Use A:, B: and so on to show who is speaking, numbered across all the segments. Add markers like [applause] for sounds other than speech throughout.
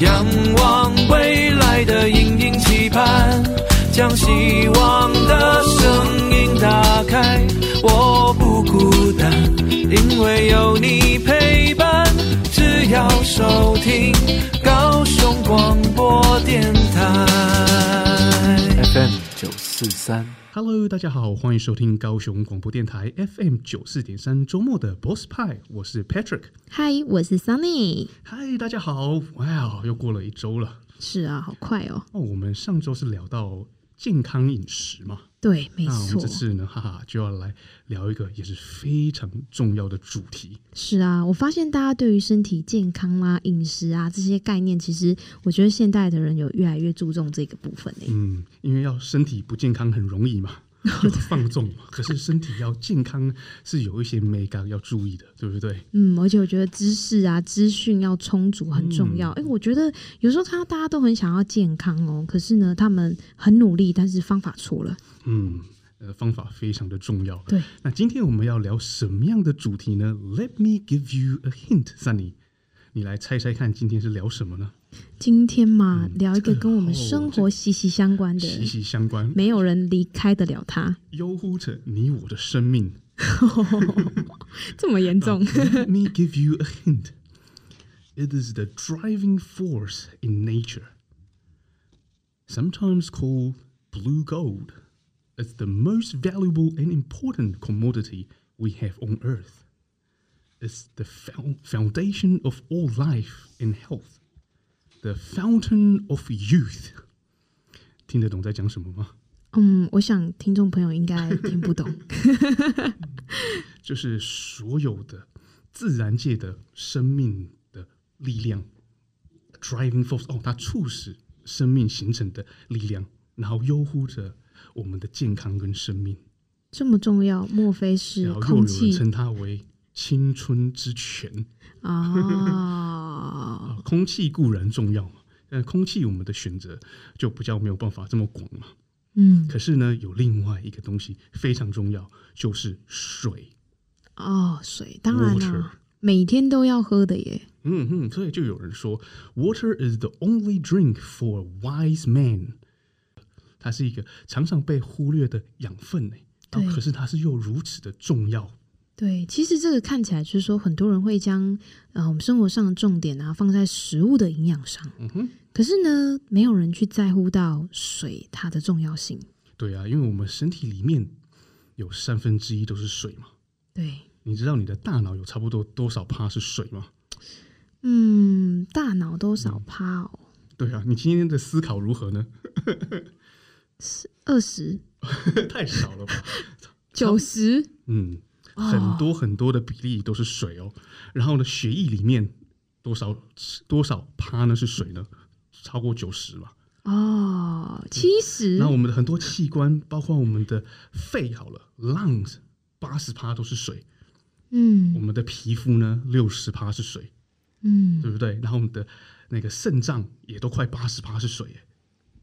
A: 仰望未来的隐隐期盼，将希望的声音打开。我不孤单，因为有你陪伴。只要收听高雄广播电台 FM 九四三。
B: Hello，大家好，欢迎收听高雄广播电台 FM 九四点三周末的 Boss 派，我是 Patrick。
C: 嗨，我是 Sunny。
B: 嗨，大家好，哇，又过了一周了。
C: 是啊，好快哦。
B: 哦，我们上周是聊到健康饮食嘛，
C: 对，没
B: 那啊我们
C: 错
B: 这。次呢，哈哈，就要来聊一个也是非常重要的主题。
C: 是啊，我发现大家对于身体健康啊、饮食啊这些概念，其实我觉得现代的人有越来越注重这个部分欸诶、
B: 嗯，因为要身体不健康很容易
C: [laughs]
B: 嘛，就放纵嘛。可是身体要健康是有一些美感要注意的，对不对？
C: 嗯，而且我觉得知识啊、资讯要充足很重要。
B: 嗯
C: 诶、我觉得有时候看到大家都很想要健康哦，可是呢，他们很努力，但是方法错了。
B: 嗯，呃，方法非常的重要。
C: 对，
B: 那今天我们要聊什么样的主题呢？Let me give you a hint，Sunny，你来猜猜看，今天是聊什么呢？
C: 今天嘛，聊一个
B: 这个
C: 跟我
B: [laughs]
C: 们
B: 哦
C: 生
B: 这
C: 活息息相关的，
B: 息息相关，
C: 没有人离开得了它，
B: 悠乎着你我的生命。
C: 这么严重。
B: Let me give you a hint. It is the driving force in nature, sometimes called blue gold. It's the most valuable and important commodity we have on Earth. It's the fou- foundation of all life and health, the fountain of youth. 听得懂在讲什么吗？
C: 嗯，我想听众朋友应该听
B: [laughs]
C: 不懂。
B: 就是所有的自然界的生命的力量，driving force 哦，它促使生命形成的力量，然后悠忽着我们的健康跟生命，
C: 这么重要，莫非是
B: 然后又
C: 空
B: 有人
C: 气
B: 称它为青春之泉
C: 啊？哦
B: [laughs] 啊、空气固然重要嘛，但空气我们的选择就比较没有办法这么广嘛。
C: 嗯，
B: 可是呢，有另外一个东西非常重要，就是水。
C: 哦，水当然啦、
B: Water
C: 每天都要喝的耶。
B: 嗯哼，所以就有人说，Water is the only drink for wise men。它是一个常常被忽略的养分呢，然后
C: 对
B: 可是它是又如此的重要。
C: 对，其实这个看起来就是说，很多人会将呃我们生活上的重点啊放在食物的营养上，
B: 嗯哼，
C: 可是呢，没有人去在乎到水它的重要性。
B: 对啊，因为我们身体里面有三分之一都是水嘛。
C: 对，
B: 你知道你的大脑有差不多多少趴是水吗？
C: 嗯，大脑多少趴哦？
B: 对啊，你今天的思考如何呢？ [laughs]
C: 二十
B: 太少了吧？
C: 九十
B: 嗯，很多很多的比例都是水哦。然后呢，血液里面多少多少趴呢是水呢？超过九十吧。
C: 哦，七十
B: 嗯那我们的很多器官，包括我们的肺好了，lungs 八十趴都是水，
C: 嗯
B: 我们的皮肤呢六十趴是水，
C: 嗯，
B: 对不对？然后我们的那个肾脏也都快八十趴是水耶，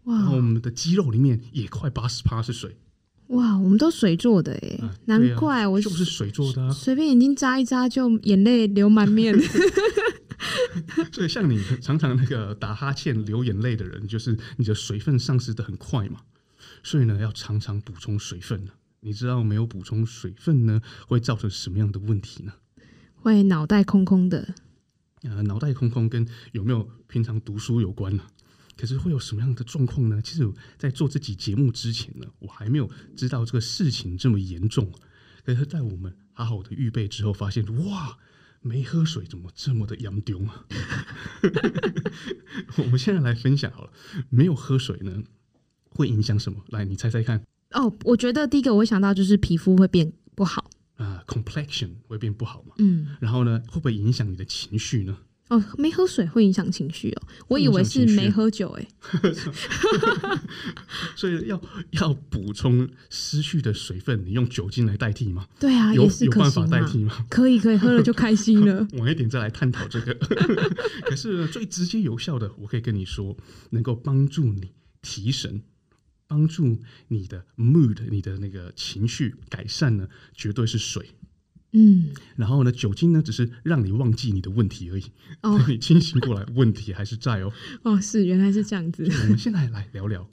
B: 然后我
C: 哇
B: 们的肌肉里面也快八十趴是水，
C: 哇，我们都水做的哎、
B: 啊对
C: 难
B: 啊
C: 怪我
B: 就是水做的啊。
C: [laughs] 随便眼睛眨一眨就眼泪流满面。
B: [laughs] 所以像你常常那个打哈欠、流眼泪的人，就是你的水分丧失的很快嘛。所以呢，要常常补充水分呢。你知道没有补充水分呢，会造成什么样的问题呢？
C: 会脑袋空空的。
B: 呃，脑袋空空跟有没有平常读书有关呢、啊可是会有什么样的状况呢？其实，在做这期节目之前呢，我还没有知道这个事情这么严重。啊可是，在我们好好的预备之后，发现哇，没喝水怎么这么的严重啊？ [laughs] 我们现在来分享好了，没有喝水呢，会影响什么？来，你猜猜看
C: 哦，我觉得第一个我会想到就是皮肤会变不好。
B: 啊、c o m p l e x i o n 会变不好嘛？
C: 嗯，
B: 然后呢，会不会影响你的情绪呢？
C: 哦，没喝水会影响情绪哦，我以为是没喝酒哎、
B: 所以要要补充失去的水分，你用酒精来代替吗？
C: 对啊，
B: 有
C: 也是
B: 有
C: 可
B: 办
C: 行
B: 法
C: 嘛。
B: 代替吗？。
C: 可以可以，喝了就开心了
B: [laughs] 晚一点再来探讨这个。 [laughs] 可是呢最直接有效的，我可以跟你说，能够帮助你提神，帮助你的 mood，你的那个情绪改善呢，绝对是水。
C: 嗯，
B: 然后呢，酒精呢只是让你忘记你的问题而已， [laughs]
C: 哦
B: 你清醒过来，问题还是在哦。
C: 哦，是原来是这样子，
B: 我们现在来聊聊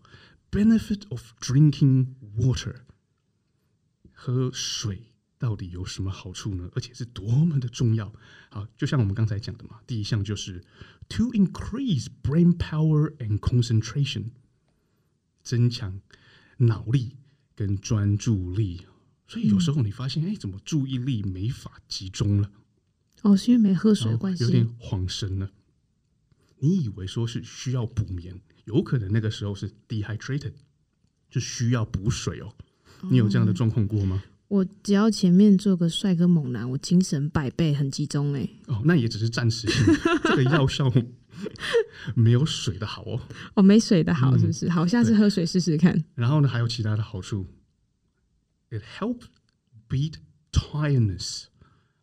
B: benefit of drinking water，喝水到底有什么好处呢？而且是多么的重要。好，就像我们刚才讲的嘛，第一项就是 to increase brain power and concentration，增强脑力跟专注力。所以有时候你发现，哎、怎么注意力没法集中了？
C: 哦，是因为没喝水
B: 然
C: 的
B: 后
C: 关
B: 哦有点
C: 系，
B: 恍神了。你以为说是需要补眠，有可能那个时候是 dehydrated，就需要补水哦。你有这样的状况过吗？
C: 我只要前面做个帅哥猛男，我精神百倍，很集中哎、
B: 哦，那也只是暂时性的，这个药效没有水的好哦。
C: 哦，没水的
B: 嗯
C: 好是不是？好，下次喝水试试看。
B: 然后呢，还有其他的好处，it help beat tiredness。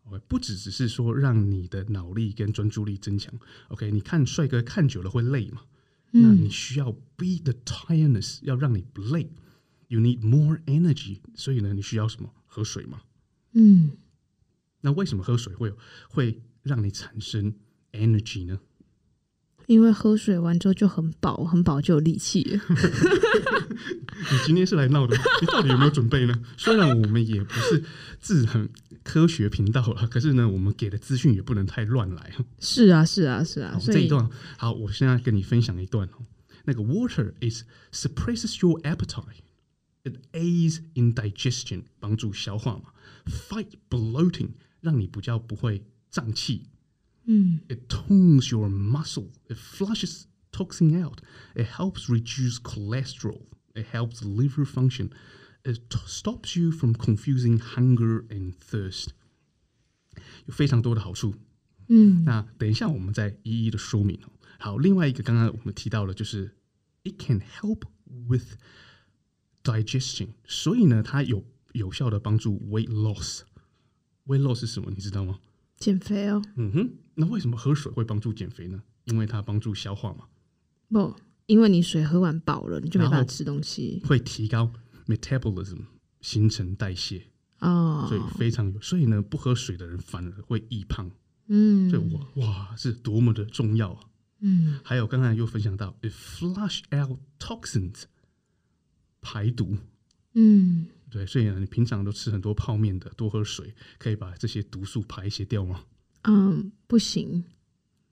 B: OK，不只只是说让你的脑力跟专注力增强。OK，你看帅哥看久了会累嘛？那
C: 嗯
B: 你需要 beat the tiredness，要让你不累。You need more energy，所以呢，你需要什么？喝水嘛。
C: 嗯，
B: 那为什么喝水会有会让你产生 energy 呢？
C: 因为喝水完之后就很饱，很饱就有力气了。
B: 你今天是来闹的吗，你到底有没有准备呢？ [laughs] 虽然我们也不是自很科学频道了，可是呢，我们给的资讯也不能太乱来。
C: [laughs] 是啊，是啊，是啊，
B: 好，
C: 所
B: 哦这一
C: 以
B: 段好，我现在跟你分享一段哦。那个 water is suppresses your appetite, it aids in digestion，帮助消化嘛，fight bloating，让你比较不会胀气。
C: 嗯
B: It tones your muscle. It flushes toxin out. It helps reduce cholesterol. It helps liver function. It t- stops you from confusing hunger and thirst. 有非常多的好处。
C: 嗯
B: 那等一下我们再一一的说明哦。好，另外一个刚刚我们提到了，就是 it can help with digestion，所以呢，它有有效的帮助 weight loss。weight loss 是什么？你知道吗？
C: 减肥哦，
B: 嗯哼，那为什么喝水会帮助减肥呢？因为它帮助消化嘛，
C: 不，因为你水喝完饱了，你就没
B: 然后
C: 办法吃东西
B: 会提高 metabolism 新陈代谢，
C: 哦
B: 所。以非常有。所以呢，不喝水的人反而会易胖。所以
C: 嗯
B: 我哇，是多么的重要啊！
C: 嗯，
B: 还有刚才又分享到，it flush out toxins，排毒。
C: 嗯，
B: 对，所以呢，你平常都吃很多泡面的，多喝水可以把这些毒素排泄掉吗？
C: 嗯，不行，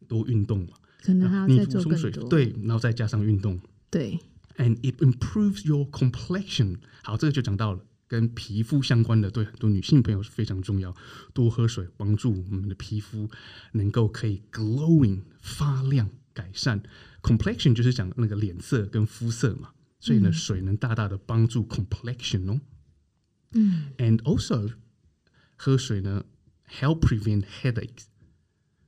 B: 多运动嘛，
C: 可能还要
B: 啊你
C: 再
B: 补
C: 做
B: 充
C: 更
B: 水，
C: 多。
B: 对，然后再加上运动，
C: 对
B: and it improves your complexion。好，这个就讲到了。跟皮肤相关的，对很多女性朋友是非常重要。多喝水，帮助我们的皮肤能够可以 glowing 发亮，改善 complexion 就是讲那个脸色跟肤色嘛。所以呢，水能大大的帮助 complexion 哦。
C: 嗯
B: ，and also 喝水呢 help prevent headaches。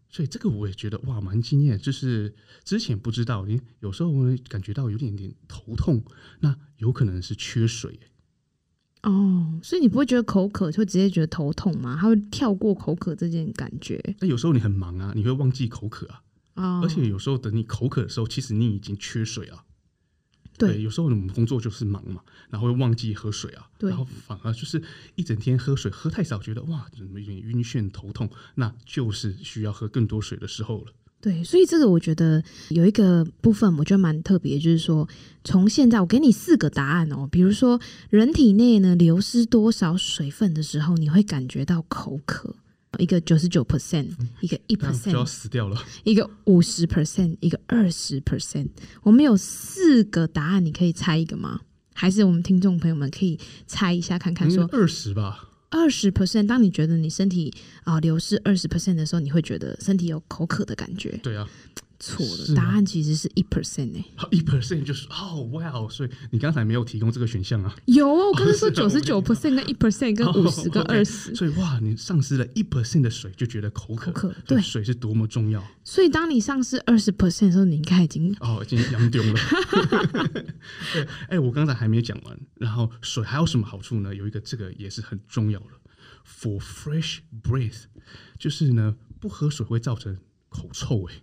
B: 所以这个我也觉得哇，蛮惊艳，就是之前不知道，因为有时候我会感觉到有点点头痛，那有可能是缺水耶。
C: 哦，所以你不会觉得口渴就直接觉得头痛吗？它会跳过口渴这件感觉
B: 那有时候你很忙啊，你会忘记口渴啊，
C: 哦
B: 而，且有时候等你口渴的时候，其实你已经缺水啊。
C: 对
B: 有时候我们工作就是忙嘛，然后会忘记喝水啊，
C: 对
B: 然后反而就是一整天喝水喝太少，觉得哇怎么有点晕眩头痛，那就是需要喝更多水的时候了。
C: 对，所以这个我觉得有一个部分，我觉得蛮特别，就是说，从现在我给你四个答案哦，比如说人体内呢流失多少水分的时候，你会感觉到口渴，一个九十九 percent，一个一
B: 这样就要
C: percent，
B: 死掉了。
C: 一个五十 percent，一个二十 percent，我们有四个答案，你可以猜一个吗？还是我们听众朋友们可以猜一下看看说，
B: 二十吧，
C: 二十 percent，当你觉得你身体啊、流失二十 percent 的时候，你会觉得身体有口渴的感觉。
B: 对啊，
C: 错
B: 是
C: 了，
B: 吗
C: 答案其实是一 percent 哎，
B: 好一 percent 就是哦哇哦，所以你刚才没有提供这个选项啊，
C: 有哦，我刚才
B: 是
C: 说
B: 啊
C: 九
B: 我
C: 十
B: 没听
C: 九
B: 到
C: percent 跟一 percent 跟五十跟
B: 哦
C: 二
B: ，OK，
C: 十、
B: 所以哇，你丧失了一 percent 的水就觉得口渴，
C: 口渴
B: 所以
C: 对
B: 水是多么重要
C: 所以当你上市二十 percent 的时候，你应该已经
B: 哦，已经扬丢了。 [laughs] 对，哎，我刚才还没讲完，然后水还有什么好处呢？有一个这个也是很重要的，for fresh breath，就是呢不喝水会造成口臭哎、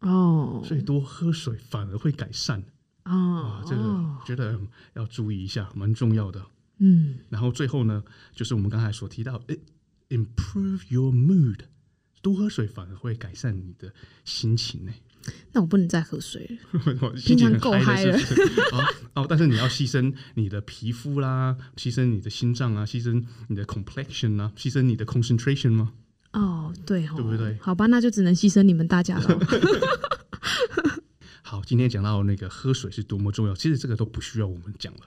C: 哦
B: 所以多喝水反而会改善啊、
C: 哦
B: 这个觉得嗯要注意一下，蛮重要的。
C: 嗯
B: 然后最后呢，就是我们刚才所提到，it improve your mood。多喝水反而会改善你的心情呢、
C: 那我不能再喝水了。
B: 我心情很
C: 够
B: 嗨的是不是啊哦，但是你要牺牲你的皮肤啦，牺牲你的心脏啊，牺牲你的 complexion 啊，牺牲你的 concentration 吗？
C: 哦，对哦，
B: 对不对
C: 好吧，那就只能牺牲你们大家了。 [laughs]
B: 好，今天讲到那个喝水是多么重要，其实这个都不需要我们讲了。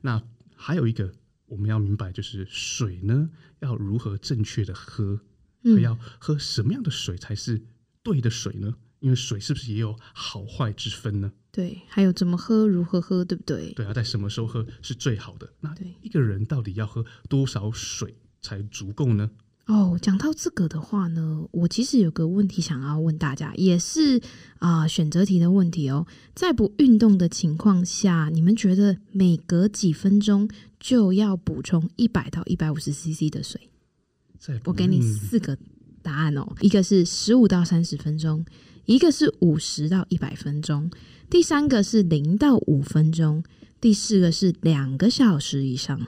B: 那还有一个我们要明白，就是水呢要如何正确的喝，
C: 嗯
B: 要喝什么样的水才是对的水呢？因为水是不是也有好坏之分呢？
C: 对，还有怎么喝，如何喝，对不对？
B: 对啊，在什么时候喝是最好的？那
C: 对
B: 一个人到底要喝多少水才足够呢？
C: 哦，讲到这个的话呢，我其实有个问题想要问大家，也是啊、选择题的问题哦。在不运动的情况下，你们觉得每隔几分钟就要补充一百到一百五十 CC 的水？
B: 在不
C: 我给你
B: 运
C: 四个答案哦，一个是十五到三十分钟，一个是五十到一百分钟，第三个是零到五分钟，第四个是两个小时以上。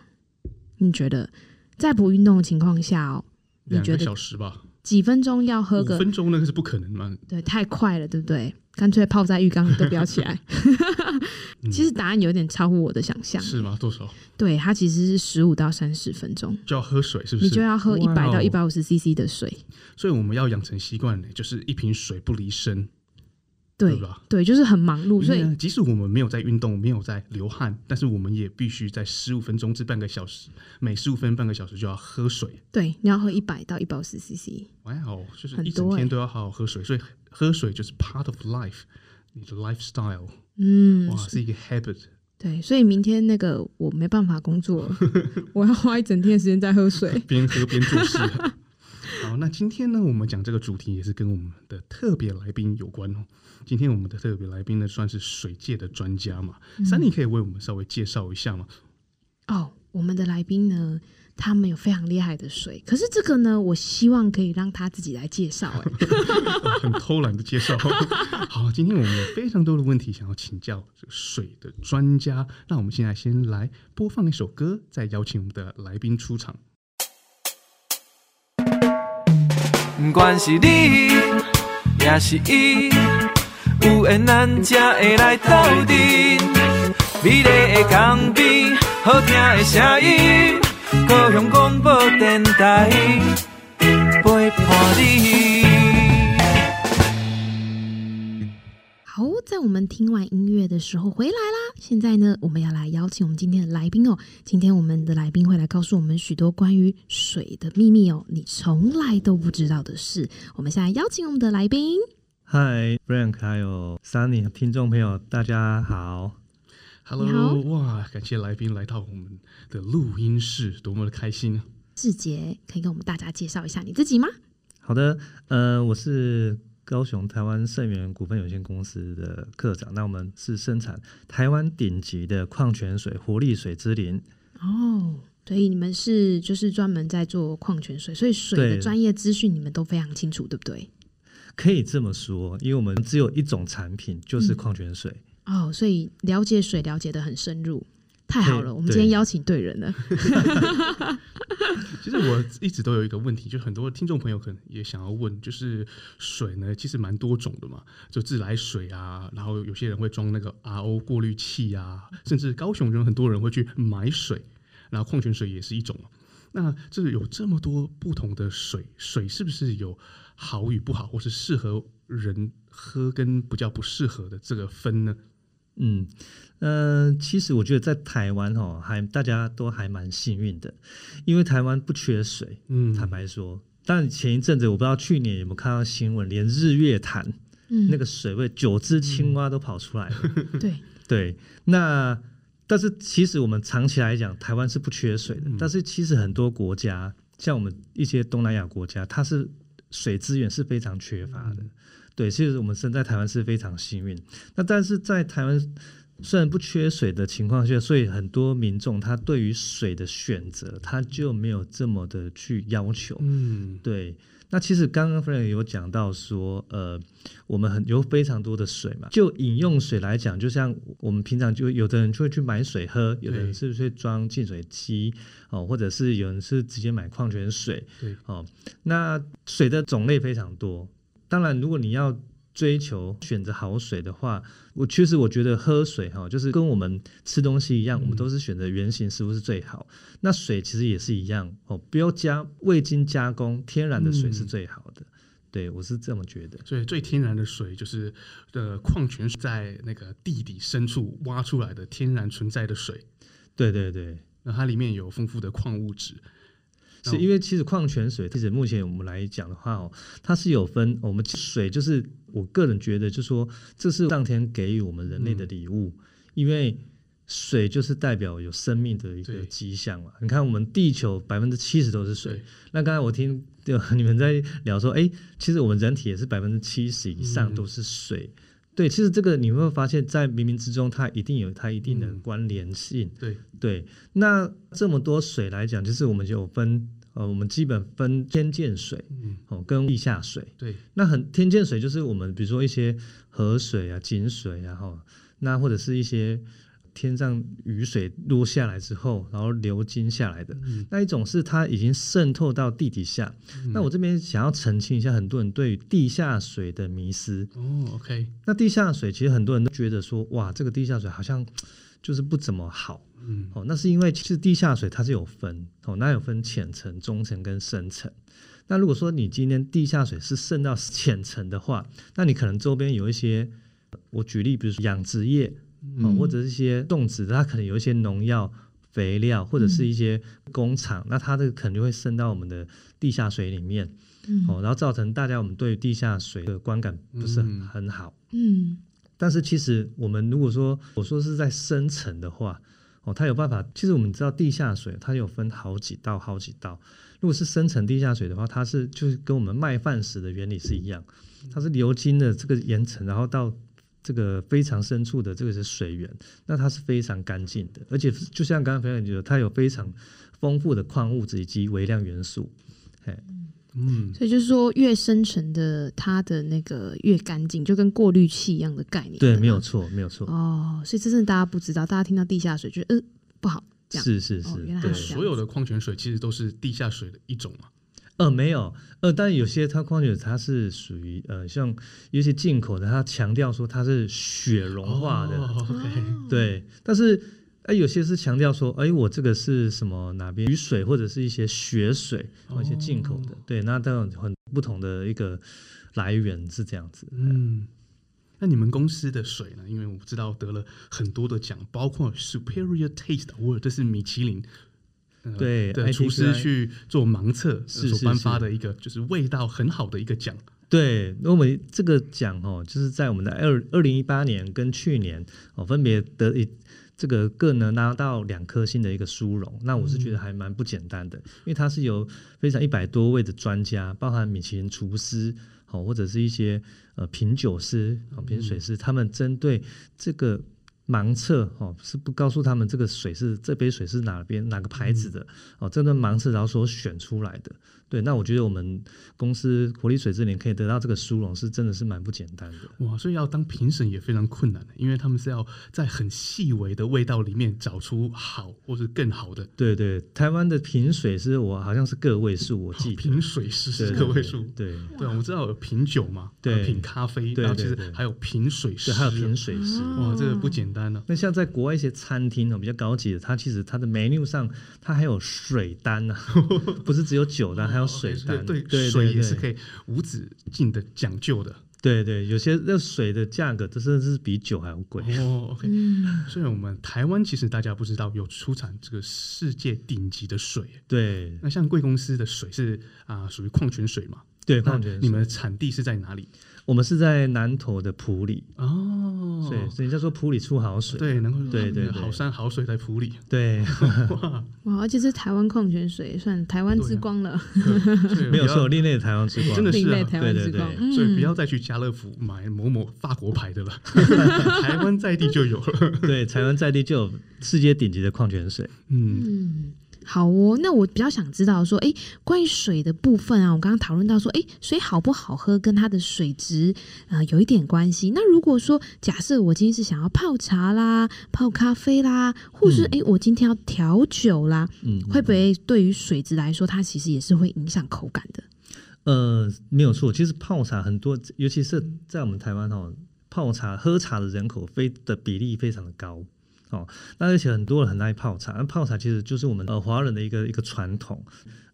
C: 你觉得在不运动的情况下哦，你
B: 两
C: 觉
B: 个
C: 得
B: 小时吧，
C: 几分钟要喝
B: 五
C: 个？
B: 分钟那个是不可能嘛？
C: 对，太快了，对不对？干脆泡在浴缸里都不要
B: [laughs]
C: 起来。其实答案有点超乎我的想象，
B: 嗯是吗？多少
C: 对，它其实是十五到三十分钟，
B: 就要喝水是不是？
C: 你就要喝一百
B: 哇
C: 到
B: 哦
C: 一百五十 CC 的水。
B: 所以我们要养成习惯呢，就是一瓶水不离身。
C: 对
B: 对吧嗯
C: 对，就是很忙碌，所以
B: 因为呢即使我们没有在运动，没有在流汗，但是我们也必须在十五分钟至半个小时，每十五分半个小时就要喝水。
C: 对，你要喝一百到一百五十 CC。
B: 哇哦，就是
C: 很
B: 一整
C: 多欸
B: 天都要好好喝水，所以喝水就是 part of life，你的 lifestyle，
C: 嗯
B: 哇，，是一个 habit。
C: 对，所以明天那个我没办法工作
B: [laughs]
C: 了，我要花一整天的时间在喝水。
B: 边喝边做事。 [laughs] 好，那今天呢，我们讲这个主题也是跟我们的特别来宾有关哦。今天我们的特别来宾呢，算是水界的专家嘛。三、你可以为我们稍微介绍一下吗？
C: 哦，我们的来宾呢，他们有非常厉害的水，可是这个呢，我希望可以让他自己来介绍。哎，
B: 哦很偷懒的介绍。 [laughs] 好，今天我们有非常多的问题想要请教这个水的专家。那我们现在先来播放一首歌，再邀请我们的来宾出场。
A: 管是你，也是伊，有缘咱才会来斗阵。美丽的江边，好听的声音，高雄广播电台陪伴你。
C: 好，在我们听完音乐的时候回来啦。现在呢，我们要来邀请我们今天的来宾哦。今天我们的来宾会来告诉我们许多关于水的秘密哦，你从来都不知道的事。我们现在邀请我们的来宾。
D: 嗨，Frank，还有 Sunny，听众朋友，大家好。
C: 你好
B: Hello，哇，感谢来宾来到我们的录音室，多么的开心啊！
C: 志杰，可以跟我们大家介绍一下你自己吗？
D: 好的，呃，我是高雄台湾盛源股份有限公司的科长。那我们是生产台湾顶级的矿泉水活力水之灵。
C: 哦，所以你们是就是专门在做矿泉水，所以水的
D: 对
C: 专业资讯你们都非常清楚，对不对？
D: 可以这么说，因为我们只有一种产品，就是矿泉水。
C: 哦，所以了解水了解的很深入，太好
D: 对
C: 了，我们今天
D: 对
C: 邀请对人了。
B: 其实我一直都有一个问题，就很多听众朋友可能也想要问，就是水呢，其实蛮多种的嘛，就自来水啊，然后有些人会装那个 RO 过滤器啊，甚至高雄人很多人会去买水，然后矿泉水也是一种嘛。那就是有这么多不同的水，水是不是有好与不好，或是适合人喝跟比较不适合的这个分呢？
D: 嗯，呃，其实我觉得在台湾哦，还大家都还蛮幸运的，因为台湾不缺水。
B: 嗯，
D: 坦白说，但前一阵子我不知道去年有没有看到新闻，连日月潭
C: 嗯，
D: 那个水位，九只青蛙都跑出来了。
C: 对，
D: 对，那但是其实我们长期来讲，台湾是不缺水的，但是其实很多国家，像我们一些东南亚国家，它是水资源是非常缺乏的。对，其实我们身在台湾是非常幸运。那但是在台湾虽然不缺水的情况下，所以很多民众他对于水的选择，他就没有这么的去要求。
B: 嗯，
D: 对，那其实刚刚 Frank 有讲到说，呃，我们很有非常多的水嘛，就饮用水来讲，就像我们平常就有的人就会去买水喝，有的人
B: 对
D: 是不是会装净水机哦，或者是有人是直接买矿泉水
B: 对
D: 哦。那水的种类非常多，当然如果你要追求选择好水的话，我确实我觉得喝水哈、就是跟我们吃东西一样，我们都是选择原形食物是最好。那水其实也是一样哦，不要加未经加工，天然的水是最好的。对我是这么觉得。
B: 所以最天然的水就是呃矿泉水在那个地底深处挖出来的天然存在的水，
D: 对对对，
B: 那它里面有丰富的矿物质。那
D: 是
B: 我
D: 因为其实矿泉水，其实目前我们来讲的话哦，它是有分我们水，就是我个人觉得，就是说这是上天给予我们人类
B: 嗯
D: 的礼物，因为水就是代表有生命的一个
B: 对
D: 迹象嘛。你看我们地球百分之七十都是水
B: 对，
D: 那刚才我听就你们在聊说，哎，其实我们人体也是百分之七十以上
B: 嗯
D: 都是水。对，其实这个你会发现，在冥冥之中，它一定有它一定的
B: 嗯
D: 关联性。
B: 对，
D: 对，那这么多水来讲，就是我们有分，呃，我们基本分天见水
B: 嗯，
D: 哦跟地下水。
B: 对，
D: 那很天见水就是我们比如说一些河水啊、井水啊，哈、那或者是一些天上雨水落下来之后，然后流经下来的。
B: 嗯，
D: 那一种是它已经渗透到地底下。那我这边想要澄清一下，很多人对于地下水的迷思。
B: 哦，OK，
D: 那地下水其实很多人都觉得说，哇，这个地下水好像就是不怎么好。
B: 嗯，
D: 哦，那是因为其实地下水它是有分哦，那有分浅层、中层跟深层。那如果说你今天地下水是渗到浅层的话，那你可能周边有一些，我举例，比如说养殖业哦，
C: 嗯
D: 或者是一些种植，它可能有一些农药、肥料或者是一些工厂，那它这个可能就会渗到我们的地下水里面
C: 嗯
D: 哦，然后造成大家我们对于地下水的观感不是很
B: 嗯
D: 很好。
C: 嗯
D: 但是其实我们如果说我说是在深层的话，哦，它有办法。其实我们知道地下水它有分好几道、好几道。如果是深层地下水的话，它是就是跟我们麦饭石的原理是一样，它是流经了这个岩层，然后到这个非常深处的这个是水源，那它是非常干净的，而且就像刚刚朋友你说，它有非常丰富的矿物质以及微量元素。
B: 嗯，
C: 所以就是说，越深层的它的那个越干净，就跟过滤器一样的概念。
D: 对，没有错，没有错，
C: 哦，所以这真的大家不知道，大家听到地下水就呃不好，这样
D: 是是是，
C: 哦原来
D: 对
C: 还。是这样
B: 所有的矿泉水其实都是地下水的一种嘛。
D: 呃，没有，呃，但有些它矿泉水它是属于呃，像有些进口的，它强调说它是雪融化的，
B: 哦，OK，
D: 对，但是呃，有些是强调说，哎，我这个是什么哪边雨水或者是一些雪水，或一些进口的，
B: 哦
D: 对，那都有很不同的一个来源是这样子，
B: 嗯，那你们公司的水呢？因为我知道得了很多的奖，包括 Superior Taste Award，这是米其林。呃
D: 对
B: 的
D: ITQI
B: 厨师去做盲测呃
D: 是
B: 所
D: 是
B: 颁发的一个，就是味道很好的一个奖。
D: 对，那我们这个奖哦，就是在我们的二二零一八年跟去年哦，分别得一这个各呢拿到两颗星的一个殊荣。那我是觉得还蛮不简单的，因为它是由非常一百多位的专家，包含米其林厨师哦，或者是一些呃品酒师、哦、品水师，他们针对这个。盲测哦，是不告诉他们这个水是这杯水是哪边哪个牌子的、哦，这段盲测然后所选出来的。对，那我觉得我们公司活力水这年可以得到这个殊荣，是真的是蛮不简单的。
B: 哇，所以要当评审也非常困难，因为他们是要在很细微的味道里面找出好或是更好的。
D: 对对，台湾的品水是我好像是个位数，我记得
B: 品水
D: 对
B: 师
D: 对
B: 个位数，
D: 对
B: 对，我们知道有品酒嘛，
D: 对
B: 还有品咖啡，
D: 对
B: 然后其
D: 对
B: 实
D: 对
B: 还有品水师
D: 对，
B: 哦，
D: 还有品水师。
B: 哇，这个不简单啊呢。
D: 那像在国外一些餐厅哦，比较高级的，它其实它的 menu 上它还有水单呢、啊
B: [laughs]
D: 不是只有酒单，还有水单。
B: 哦对
D: 对
B: 水也
D: 对
B: 是可以无止境的讲究的。
D: 对对，有些那水的价格，这甚至是比酒还要贵。
B: 哦，OK，
C: 嗯，
B: 所以我们台湾其实大家不知道有出产这个世界顶级的水。
D: 对
B: 那像贵公司的水是啊，属于矿泉水嘛？
D: 对，
B: 那
D: 矿泉水。
B: 你们的产地是在哪里？
D: 我们是在南投的埔里，
B: 哦，
D: 对，人家说埔里出好水。
B: 对，能够
D: 对对对
B: 好山好水在埔里。
D: [laughs] 对，
B: [laughs]
C: 哇，而且这台湾矿泉水算台湾
D: 啊
C: 之光了，
B: 对
D: 没有
B: 不要
D: 错，另类的台湾之光，
B: 真的是啊
C: [laughs] 另类台湾之光
D: 对对，
B: 所以
C: 嗯
B: 不要再去家乐福买某某法国牌的
D: [laughs]
B: 了，台湾在地就有了。
D: 对，台湾在地就有世界顶级的矿泉水。
B: 嗯，
C: 嗯，好哦，那我比较想知道说，诶，关于水的部分啊，我刚刚讨论到说，诶，水好不好喝跟它的水质啊、呃有一点关系。那如果说假设我今天是想要泡茶啦、泡咖啡啦，或是
D: 嗯
C: 诶，我今天要调酒啦，
D: 嗯，
C: 会不会对于水质来说，它其实也是会影响口感的？
D: 呃，没有错。其实泡茶很多，尤其是在我们台湾哦，泡茶喝茶的人口非的比例非常的高哦。那而且很多人很爱泡茶，那泡茶其实就是我们呃华人的一个一个传统。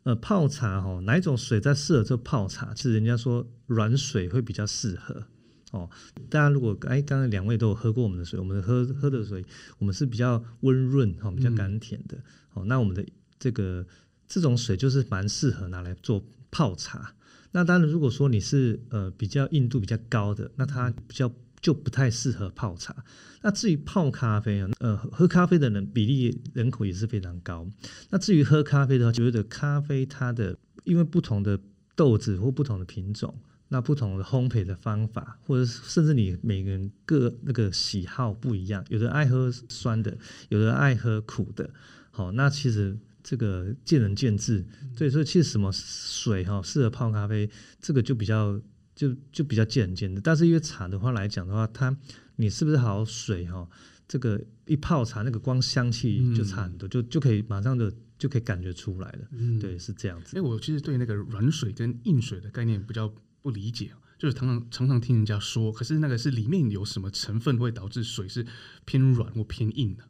D: 呃，泡茶哦，哪一种水在适合做泡茶？其实人家说软水会比较适合哦。大家如果哎，刚才两位都有喝过我们的水，我们喝喝的水，我们是比较温润哦，比较甘甜的、哦。那我们的这个这种水就是蛮适合拿来做泡茶。那当然，如果说你是呃比较硬度比较高的，那它比较就不太适合泡茶。那至于泡咖啡啊，呃，喝咖啡的人比例人口也是非常高。那至于喝咖啡的话，觉得咖啡它的因为不同的豆子或不同的品种，那不同的烘焙的方法，或者是甚至你每个人各那个喜好不一样，有的爱喝酸的，有的爱喝苦的。好，那其实这个见仁见智。对，所以其实什么水哈、适合泡咖啡，这个就比较就就比较见仁见智。但是因为茶的话来讲的话，它你是不是好水哈、这个一泡茶那个光香气就差很多，就就可以马上的就可以感觉出来了。
B: 嗯，
D: 对，是这样子。
B: 因为我其实对那个软水跟硬水的概念比较不理解啊，就是常常常常听人家说，可是那个是里面有什么成分会导致水是偏软或偏硬的？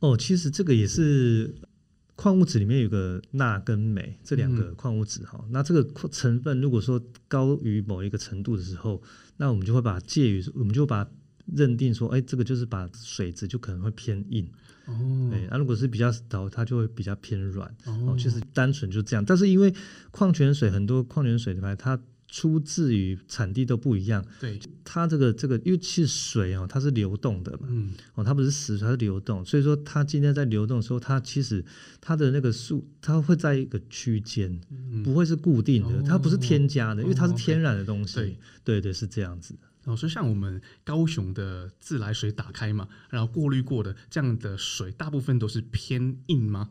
D: 哦，其实这个也是矿物质里面有个钠跟镁这两个矿物质哈、那这个矿成分如果说高于某一个程度的时候，那我们就会把它介于，我们就把它认定说，哎，这个就是把水质就可能会偏硬，
B: 哦
D: 对。那、如果是比较少，它就会比较偏软。
B: 哦
D: 哦，其实单纯就这样。但是因为矿泉水很多矿泉水的话，它出自于产地都不一样，
B: 对，
D: 它这个这个，因为其实水哦，它是流动的嘛，
B: 嗯
D: 哦，它不是死，它是流动，所以说它今天在流动的时候，它其实它的那个数，它会在一个区间，
B: 嗯，
D: 不会是固定的，
B: 哦
D: 它不是添加的，因为它是天然的东西。
B: 哦，OK
D: 对对，是这样子。
B: 哦，所以像我们高雄的自来水打开嘛，然后过滤过的这样的水，大部分都是偏硬吗？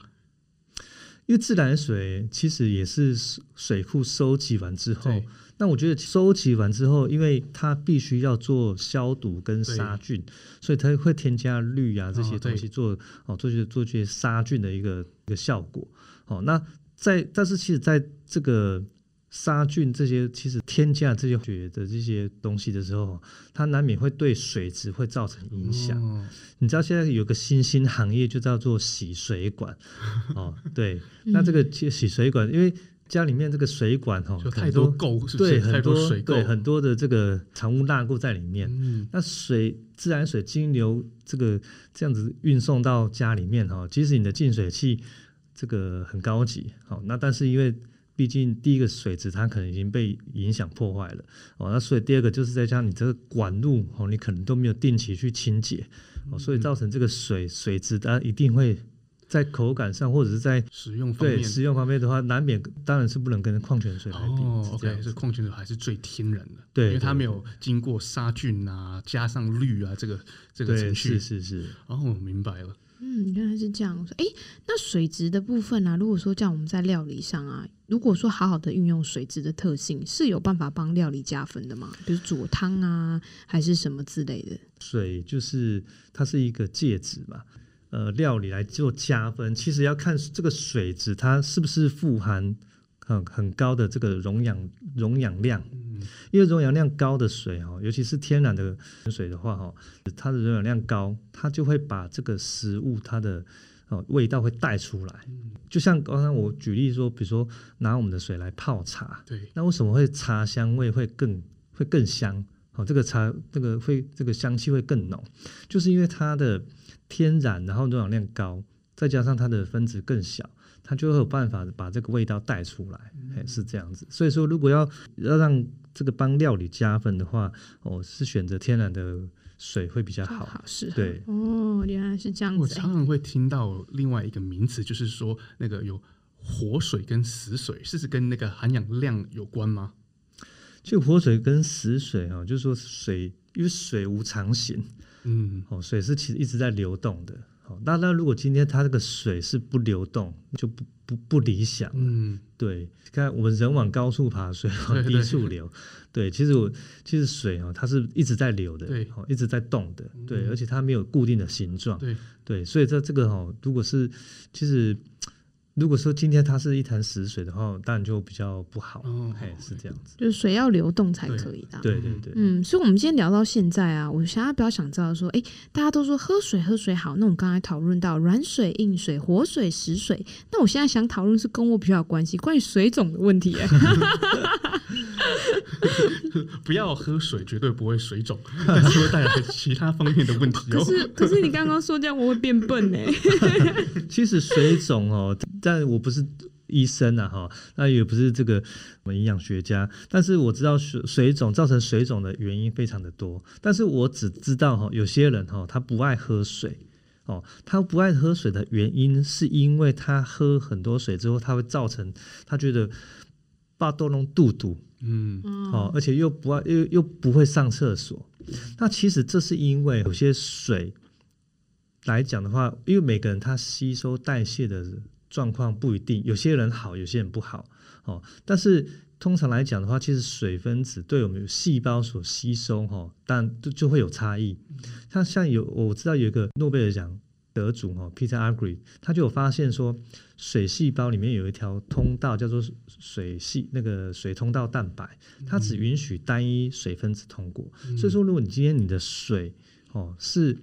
D: 因为自来水其实也是水库收集完之后
B: 对，
D: 那我觉得收集完之后，因为它必须要做消毒跟
B: 对
D: 杀菌，所以它会添加氯啊这
B: 哦
D: 些
B: 对
D: 东西做哦做些做些杀菌的一个一个效果。哦，那在但是其实在这个杀菌这些其实添加这些血的这些东西的时候，它难免会对水质会造成影响。
B: 哦
D: 你知道现在有个新兴行业就叫做洗水
B: [laughs]
D: 管哦，对，那这个其实洗水管，因为家里面这个水管哦，
B: 就太
D: 很
B: 多垢，是不
D: 对
B: 是？
D: 很
B: 太多水垢，
D: 对很多的这个藏污纳垢在里面。
B: 嗯，
D: 那水自然水经流这个这样子运送到家里面哈、哦，即使你的净水器这个很高级，好、那但是因为毕竟第一个水质它可能已经被影响破坏了哦，那所以第二个就是再加上你这个管路哦，你可能都没有定期去清洁哦，
B: 嗯
D: 所以造成这个水水质它一定会在口感上或者是在
B: 使用方
D: 对
B: 面，
D: 食用方面的话，难免当然是不能跟矿泉水来比，
B: 哦
D: 是这样
B: ，OK，
D: 子
B: 是矿泉水还是最天然的，
D: 对
B: 因为它
D: 对
B: 没有经过杀菌啊，加上氯啊这个这个
D: 对
B: 程序
D: 是。是是。
B: 哦，我明白了。
C: 嗯，原来是这样。哎，那水质的部分啊，如果说像我们在料理上啊，如果说好好的运用水质的特性，是有办法帮料理加分的吗？比如煮汤啊，还是什么之类的？
D: 水就是它是一个介质嘛，呃，料理来做加分，其实要看这个水质它是不是富含很很高的这个溶氧溶氧量，
B: 嗯，
D: 因为溶氧量高的水哈、哦，尤其是天然的水的话哈、哦，它的溶氧量高，它就会把这个食物它的哦味道会带出来。
B: 嗯
D: 就像刚刚我举例说，比如说拿我们的水来泡茶，
B: 对，
D: 那为什么会茶香味会更会更香？哦，这个茶这个会这个香气会更浓，就是因为它的天然，然后溶氧量高，再加上它的分子更小，它就会有办法把这个味道带出来，哎、是这样子。所以说，如果要要让这个帮料理加分的话，哦，是选择天然的水会比较
C: 刚
D: 好。
C: 好是
D: 对
C: 哦，原来是这样
B: 我
C: 子。
B: 常常会听到另外一个名词，就是说那个有活水跟死水，是跟那个含氧量有关吗？
D: 就活水跟死水哦，就是说水，因为水无常形，
B: 嗯，
D: 哦，水是其实一直在流动的，好，那那如果今天它这个水是不流动，就不不不理想。
B: 嗯，
D: 对，看我们人往高处爬，水往低处流。对，其实我其实水哦，它是一直在流的，
B: 对
D: 哦，一直在动的，对，
B: 嗯
D: 而且它没有固定的形状，
B: 对， [laughs]
D: 对，所以在这个哦，如果是其实如果说今天它是一潭死水的话，当然就比较不好，
B: 哦
D: 哎，是这样子，
C: 就是水要流动才可以的啊。
D: 对对对，
C: 嗯，所以我们今天聊到现在啊，我想要比较想知道说，诶，大家都说喝水喝水好，那我们刚才讨论到软水、硬水、活水、死水，那我现在想讨论是跟我比较有关系，关于水肿的问
D: [laughs]
C: 题、诶
B: 不要喝水，绝对不会水
D: [laughs]
B: 肿，但是会带来其他方面的问题
C: 可
B: 哦。
C: 是可是你刚刚说这样我会变笨
D: [laughs]
C: 诶，
D: 其实水肿哦，但我不是医生啊哈，那也不是这个我们营养学家，但是我知道水水肿造成水肿的原因非常的多，但是我只知道哈、有些人哈、他不爱喝水。哦，他不爱喝水的原因是因为他喝很多水之后，他会造成他觉得巴豆弄肚肚，
B: 嗯，
D: 哦，而且又不爱又又不会上厕所。那其实这是因为有些水来讲的话，因为每个人他吸收代谢的状况不一定，有些人好，有些人不好哦。但是通常来讲的话，其实水分子对我们细胞所吸收哈、哦，但就就会有差异。像像有我知道有一个诺贝尔奖得主哈、哦、，Peter Agri，他就有发现说，水细胞里面有一条通道叫做水系那个水通道蛋白，它
B: 嗯
D: 只允许单一水分子通过。所以说，如果你今天你的水哦是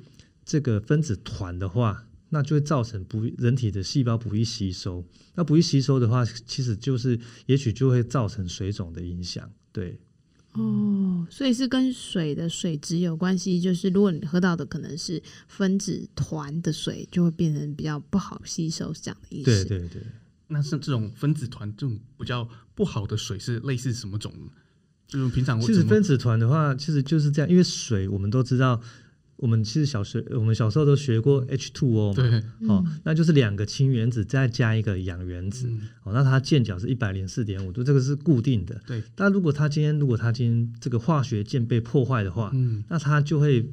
D: 这个分子团的话，那就会造成不人体的细胞不易吸收。那不易吸收的话，其实就是也许就会造成水肿的影响。对，
C: 哦，所以是跟水的水质有关系，就是如果你喝到的可能是分子团的水，就会变成比较不好吸收，是这样的意思。
D: 对对对。
B: 那像这种分子团这种比较不好的水是类似什么种呢？就是平常我
D: 其实
B: 怎么
D: 分子团的话，其实就是这样，因为水我们都知道，我们其实小学我们小时候都学过 H2O 嘛，
B: 对，
D: 哦，那就是两个氢原子再加一个氧原子，
B: 嗯
D: 哦，那它键角是一百零四点五度，这个是固定的。
B: 对，
D: 那如果它今天如果它今天这个化学键被破坏的话，
B: 嗯，
D: 那它就会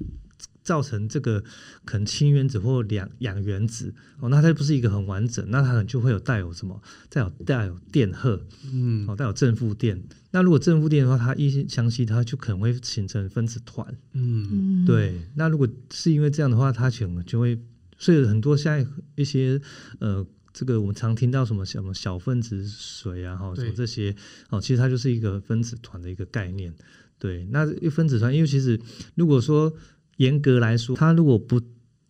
D: 造成这个可能氢原子或两氧原子哦，那它就不是一个很完整，那它可能就会有带有什么，带有带有电荷，
B: 嗯，
D: 哦，带有正负电。那如果正负电的话，它一相吸，它就可能会形成分子团。
B: 嗯，
C: 嗯，
D: 对，那如果是因为这样的话，它可能就会，所以很多现在一些呃，这个我们常听到什么什么小分子水啊，哈，什么
B: 对
D: 这些哦，其实它就是一个分子团的一个概念。对，那一个分子团，因为其实如果说严格来说，它如果不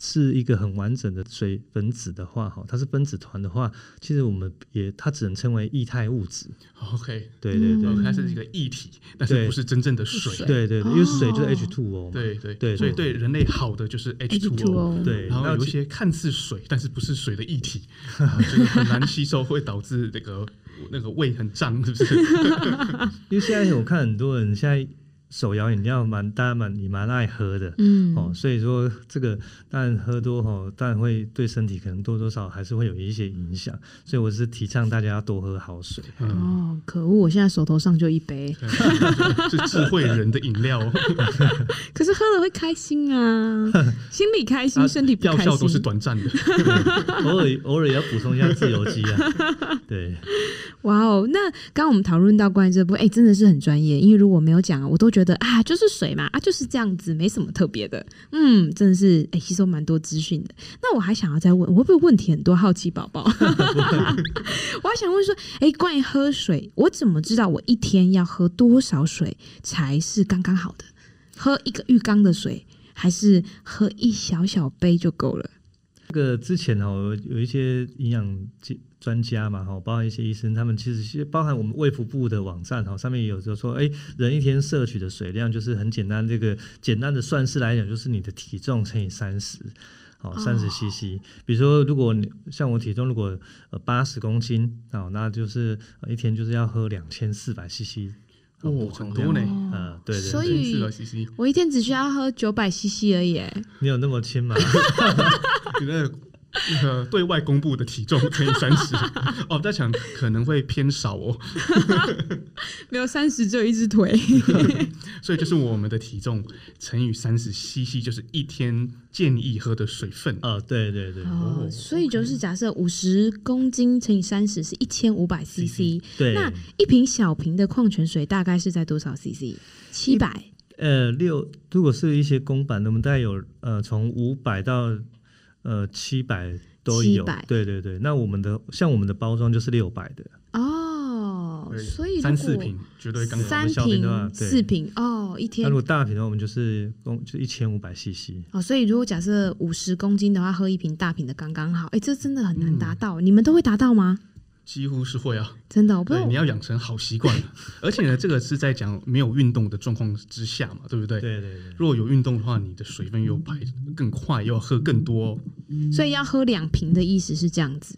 D: 是一个很完整的水分子的话，哈，它是分子团的话，其实我们也它只能称为液态物质。
B: OK，
D: 对对对，
B: 呃它是一个液体，但是
D: 对
B: 不是真正的水。
D: 对对对，因为水就是
C: 哦
D: H two O 嘛。
B: 对对
D: 对
B: 所以对人类好的就是 H2O。
C: H2O，
D: 对，
B: 然后
D: 那
B: 有一
D: 其
B: 些看似水，但是不是水的液体，啊就是很难吸收，会导致那个那个胃很胀，是不是？
D: 因为现在我看很多人现在手摇饮料蛮大家蛮也蛮爱喝的。
C: 嗯，
D: 哦，所以说这个当然喝多哦，当然会对身体可能多多少少还是会有一些影响，所以我是提倡大家要多喝好水。
B: 嗯，
C: 哦，可恶！我现在手头上就一杯，
B: 对是智慧人的饮料，
C: 可是喝了会开
B: [laughs]
C: 心啊，心里开心，身体不
B: 啊药
C: 开
B: 效都是
C: 心。
B: 短暂的。
D: 偶尔偶尔也要补充一下自由基啊。对，
C: 哇哦！那刚刚我们讨论到关于这部，哎、真的是很专业，因为如果没有讲，我都觉得啊，就是水嘛，啊，就是这样子，没什么特别的。嗯，真的是哎、吸收蛮多资讯的。那我还想要再问，我会不会问题很多？好奇宝
B: [laughs]
C: 宝，我还想问说，哎、关于喝水，我怎么知道我一天要喝多少水才是刚刚好的？喝一个浴缸的水，还是喝一小小杯就够了？
D: 这个之前哦，有一些营养界专家嘛，哈，哦包含一些医生，他们其实是包含我们卫福部的网站哈，哦上面也有就说，哎，人一天摄取的水量就是很简单，这个简单的算式来讲，就是你的体重乘以三十。好，
C: 哦
D: 三十 CC。比如说，如果你像我体重如果呃八十公斤，哦，那就是呃一天就是要喝两千四百 CC。
B: 哦
D: 补充
B: 很
D: 量
B: 多呢
D: 呃，对对
C: 所
D: 对，
C: 以
B: 是啊，西西，
C: 我 [laughs] 一天只需要喝九百 CC 而已、哎
D: 你有那么轻吗？
B: 你那那个对外公布的体重乘以三十。哦，在想可能会偏少哦，
E: 没有三十只有一只腿，
B: 所以就是我们的体重乘以三十 CC，就是一天建议喝的水分。
D: 哦，对对对
C: 哦，所以就是假设五十公斤乘以三十是一千五百 CC，
D: 对，
C: 那一瓶小瓶的矿泉水大概是在多少 CC？七百
D: 呃，六如果是一些公版的，我们大概有呃从五百到呃七百都有
C: 700，
D: 对对对。那我们的像我们的包装就是六百的，
C: 哦，所以如
B: 三四
C: 果
B: 瓶绝对刚
C: 三
B: 刚
D: 小瓶的话
C: 瓶、
D: 对
C: 四瓶哦，一
D: 那
C: 天
D: 如果大瓶的话，我们就是公就一千五百 CC。
C: 哦，所以如果假设五十公斤的话，喝一瓶大瓶的刚刚好。哎，这真的很难达到，你们都会达到吗？
B: 几乎是会啊。
C: 真的，我不知
B: 对，
C: 道
B: 你。要养成好习惯。 [laughs] 而且呢，这个是在讲没有运动的状况之下嘛，对不对？
D: 对对对，
B: 如果有运动的话，你的水分又排更快，又要喝更多哦。
C: 所以要喝两瓶的意思是这样子。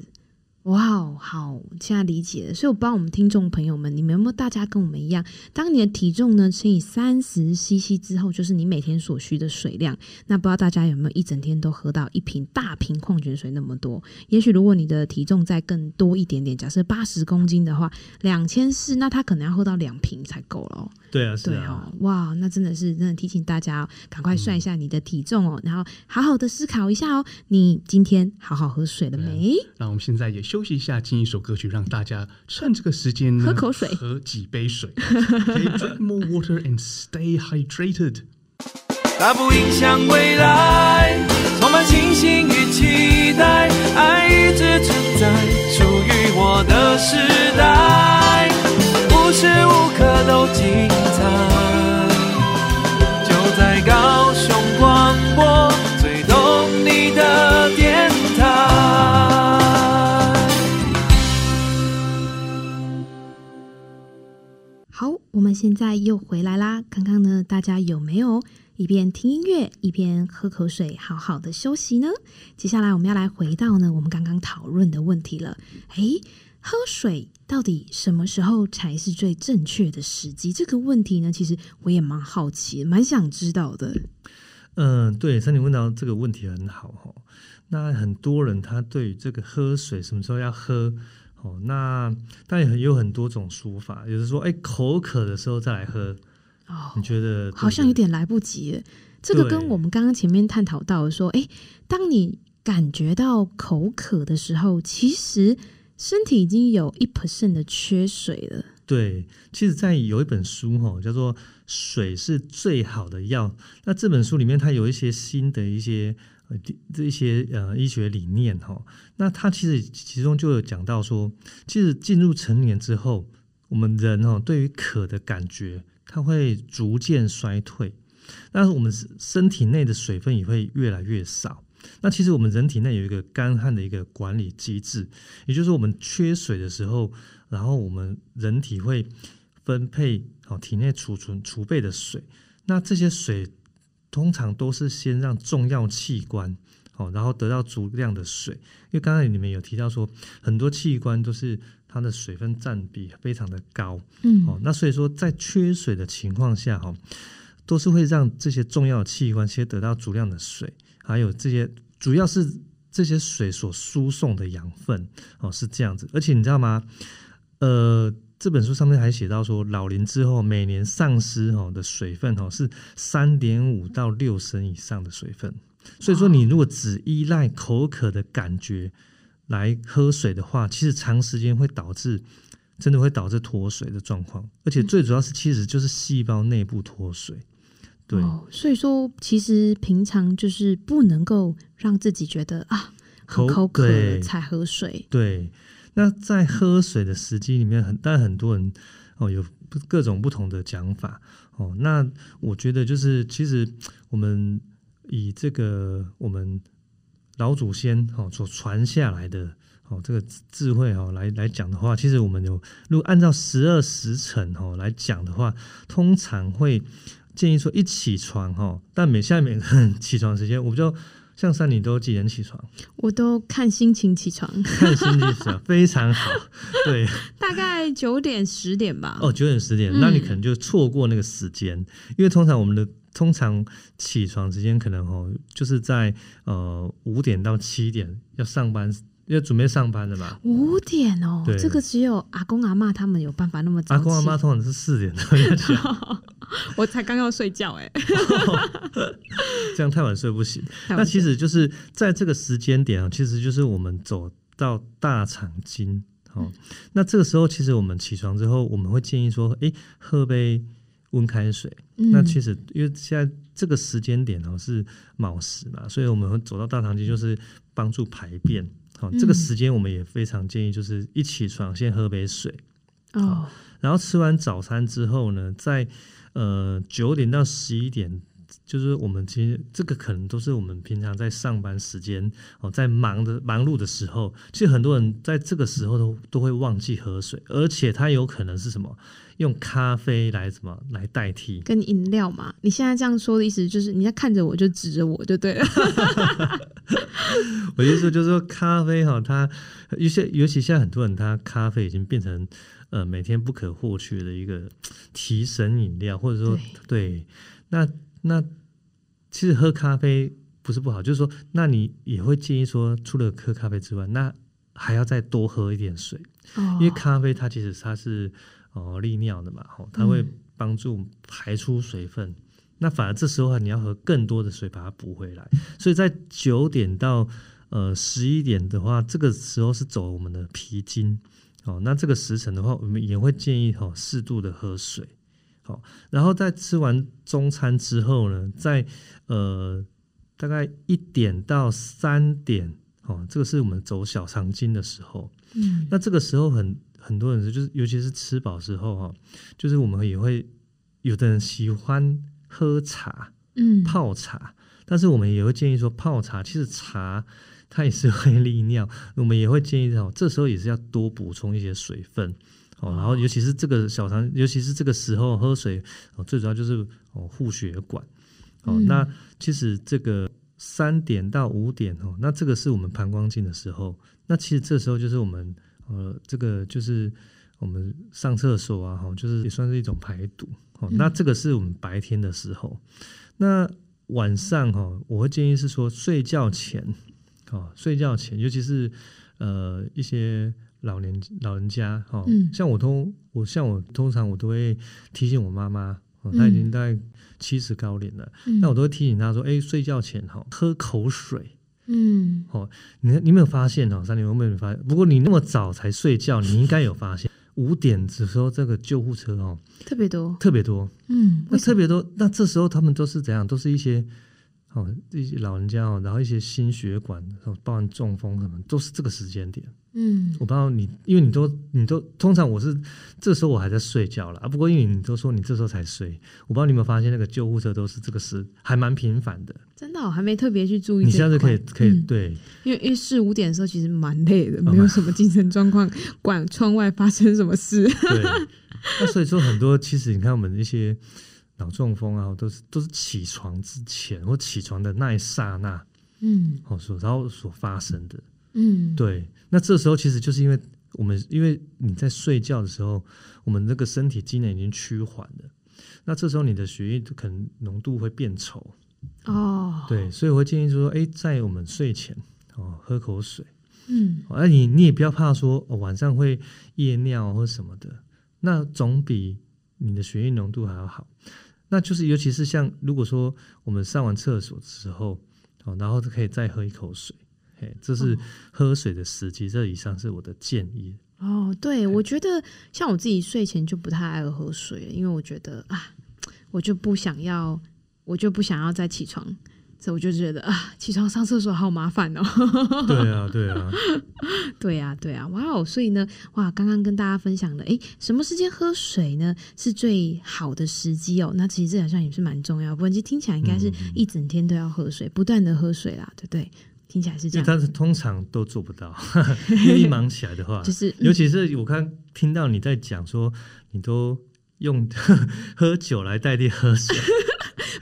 C: 哇哦，好，现在理解了。所以我不知道我们听众朋友们，你们有没有大家跟我们一样，当你的体重呢乘以三十 CC 之后，就是你每天所需的水量。那不知道大家有没有一整天都喝到一瓶大瓶矿泉水那么多？也许如果你的体重再更多一点点，假设八十公斤的话，两千四，那他可能要喝到两瓶才够了、哦。
D: 对啊是
C: 对
D: 啊，嗯
C: 哦，哇，那真的是真的提醒大家、哦，赶快算一下你的体重哦，然后好好的思考一下哦，你今天好好喝水了
D: 啊
C: 没？
B: 那我们现在也休息一下，听一首歌曲，让大家趁这个时间呢
C: 喝口水
B: 喝几杯水 [laughs] ，OK, drink more water and stay hydrated。
A: 它不影响未来，充满信心与期待，爱一直存在，属于我的时代，无时无刻都精彩。就在高雄广播最懂你的电台。
C: 好，我们现在又回来啦。刚刚呢，大家有没有一边听音乐一边喝口水，好好的休息呢？接下来我们要来回到呢我们刚刚讨论的问题了。诶，喝水到底什么时候才是最正确的时机？这个问题呢，其实我也蛮好奇，蛮想知道的。
D: 嗯，对，三井问到这个问题很好哈。那很多人他对于这个喝水什么时候要喝，哦，那但也有很多种说法，有的说哎口渴的时候再来喝，
C: 哦，
D: 你觉得对不
C: 好像有
D: 对
C: 点来不及耶。这个跟
D: 对
C: 我们刚刚前面探讨到的说，哎，当你感觉到口渴的时候，其实身体已经有一 percent 的缺水了。
D: 对，其实，在有一本书哈、叫做《水是最好的药》。那这本书里面，它有一些新的一些呃地这一些呃医学理念哈、那它其实其中就有讲到说，其实进入成年之后，我们人哦对于渴的感觉，它会逐渐衰退。那我们身体内的水分也会越来越少。那其实我们人体内有一个干旱的一个管理机制，也就是我们缺水的时候，然后我们人体会分配好体内储存储备的水，那这些水通常都是先让重要器官好，然后得到足量的水，因为刚才你们有提到说，很多器官都是它的水分占比非常的高，哦
C: 嗯，，
D: 那所以说在缺水的情况下，哈，都是会让这些重要的器官先得到足量的水，还有这些主要是这些水所输送的养分，哦，是这样子。而且你知道吗？呃，这本书上面还写到说，老龄之后每年丧失哈的水分哈是三点五到六升以上的水分，所以说你如果只依赖口渴的感觉来喝水的话，其实长时间会导致。真的会导致脱水的状况，而且最主要是，其实就是细胞内部脱水。对，
C: 哦，所以说其实平常就是不能够让自己觉得啊很
D: 口
C: 口渴了
D: 对
C: 才喝水。
D: 对，那在喝水的时机里面很，但很多人哦有不各种不同的讲法哦。那我觉得就是，其实我们以这个我们老祖先哦所传下来的哦这个智智慧哦来来讲的话，其实我们有如果按照十二时辰哦来讲的话，通 [laughs] 常会建议说一起床哦，但每下面起床时间我们就像山里都几点起床？
C: 我都看心情起床， [laughs]
D: 看心情起床非
E: [laughs]
D: 常好。对，
E: 大概九点十点吧。
D: 哦，九点十
E: 嗯
D: 点，那你可能就错过那个时间，因为通常我们的通常起床时间可能哦，就是在呃五点到七点要上班，要准备上班的嘛。
C: 五点哦
D: 对，
C: 这个只有阿公阿妈他们有办法那么早
D: 阿
C: 起。
D: 公阿妈通常是
E: [laughs]
D: 四点到要起来
E: 我才刚要睡觉哎、
D: 这样太晚睡不行。
E: 太晚
D: 那其
E: 睡
D: 实就是在这个时间点啊，其实就是我们走到大肠经
E: 嗯
D: 哦。那这个时候，其实我们起床之后，我们会建议说，诶，喝杯温开水。
C: 嗯，
D: 那其实因为现在这个时间点哦是卯时嘛，所以我们会走到大肠经就是帮助排便。好、这
C: 嗯
D: 个时间我们也非常建议，就是一起床先喝杯水，
C: 哦，
D: 然后吃完早餐之后呢，在呃九点到十一点，就是我们其实这个可能都是我们平常在上班时间哦，在忙的忙碌的时候，其实很多人在这个时候都都会忘记喝水，而且他有可能是什么用咖啡来什么来代替。
C: 跟饮料嘛，你现在这样说的意思就是你在看着我就指着我就对了。
D: 我就说，就是说咖啡哈、它有些尤其现在很多人，他咖啡已经变成呃每天不可或缺的一个提神饮料，或者说对，那那其实喝咖啡不是不好，就是说，那你也会建议说，除了喝咖啡之外，那还要再多喝一点水，
C: 哦
D: 因为咖啡它其实它是哦利尿的嘛，吼，它会帮助排出水分。那反而这时候啊你要喝更多的水把它补回来，所以在九点到呃十一点的话，这个时候是走我们的脾经哦。那这个时辰的话，我们也会建议哦适度的喝水。好、然后在吃完中餐之后呢，在呃大概一点到三点哦，这个是我们走小肠经的时候。
C: 嗯
D: 那这个时候很很多人就是，尤其是吃饱之后哈、哦，就是我们也会有的人喜欢喝茶
C: 嗯，
D: 泡茶，但是我们也会建议说泡茶，其实茶它也是会利尿，我们也会建议哦，这时候也是要多补充一些水分。哦，然后尤其是这个小肠，尤其是这个时候喝水，哦，最主要就是哦护血管。哦，
C: 嗯
D: 那其实这个三点到五点哦，那这个是我们膀胱经的时候。那其实这时候就是我们呃，这个就是我们上厕所啊，哈、就是也算是一种排毒。哦，
C: 嗯
D: 那这个是我们白天的时候。那晚上哈、哦，我会建议是说睡觉前，哦，睡觉前，尤其是呃一些老年老人家哈、哦
C: 嗯
D: 像我通我像我通常我都会提醒我妈妈，哦
C: 嗯，
D: 她已经大概七十高龄了，
C: 嗯
D: 那我都会提醒她说，哎，睡觉前哈、哦，喝口水。哦
C: 嗯
D: 你你有没有发现哦，三林，有没有发现？不过你那么早才睡觉，你应该有发现，五点的时候这个救护车哦
C: 特别多，
D: 特别多，
C: 嗯，
D: 那特别多，那这时候他们都是怎样？都是一些哦，一些老人家哦，然后一些心血管，哦，包含中风什么，都是这个时间点。
C: 嗯
D: 我不知道你，因为你都你都通常我是这时候我还在睡觉了啊。不过因为你都说你这时候才睡，我不知道你有没有发现那个救护车都是这个时还蛮频繁的。
C: 真的哦、我还没特别去注意。
D: 你下次可以可以、
C: 嗯
D: 对
E: 因为因为四五点的时候其实蛮累的，
C: 哦
E: 没有什么精神状况，管窗外发生什么事。
D: 对。那所以说很多其实你看我们一些脑中风啊，都是都是起床之前或起床的那一刹那
C: 嗯
D: 哦所然后所发生的。
C: 嗯，
D: 对，那这时候其实就是因为我们，因为你在睡觉的时候，我们那个身体机能已经趋缓了，那这时候你的血液可能浓度会变稠，
C: 哦，
D: 对，所以我会建议说，哎，在我们睡前哦喝口水，
C: 嗯
D: 哦哎、你你也不要怕说、哦、晚上会夜尿啊或什么的，那总比你的血液浓度还要好。那就是尤其是像如果说我们上完厕所之后，哦，然后就可以再喝一口水，嘿，这是喝水的时机。这以上是我的建
C: [laughs]
D: 议。
C: 哦，对，我觉得像我自己睡前就不太爱喝水了，因为我觉得啊，我就不想要，我就不想要再起床，所以我就觉得啊，起床上厕所好麻烦哦。 [laughs]
D: 对啊，对啊，
C: 对呀、对呀、哇哦！所以呢，哇，刚刚跟大家分享了，诶，什么时间喝水呢是最好的时机哦？那其实这好像也是蛮重要，不然其实听起来应该是
D: 嗯
C: 一整天都要喝水，不断的喝水啦，对不对？听起来是这
D: 因
C: 样，
D: 为但是通常都做不到，因为一忙起来的
C: [laughs]
D: 话，
C: 就是
D: 尤其是我刚听到你在讲说，你都用 [laughs] 喝酒来代替喝水，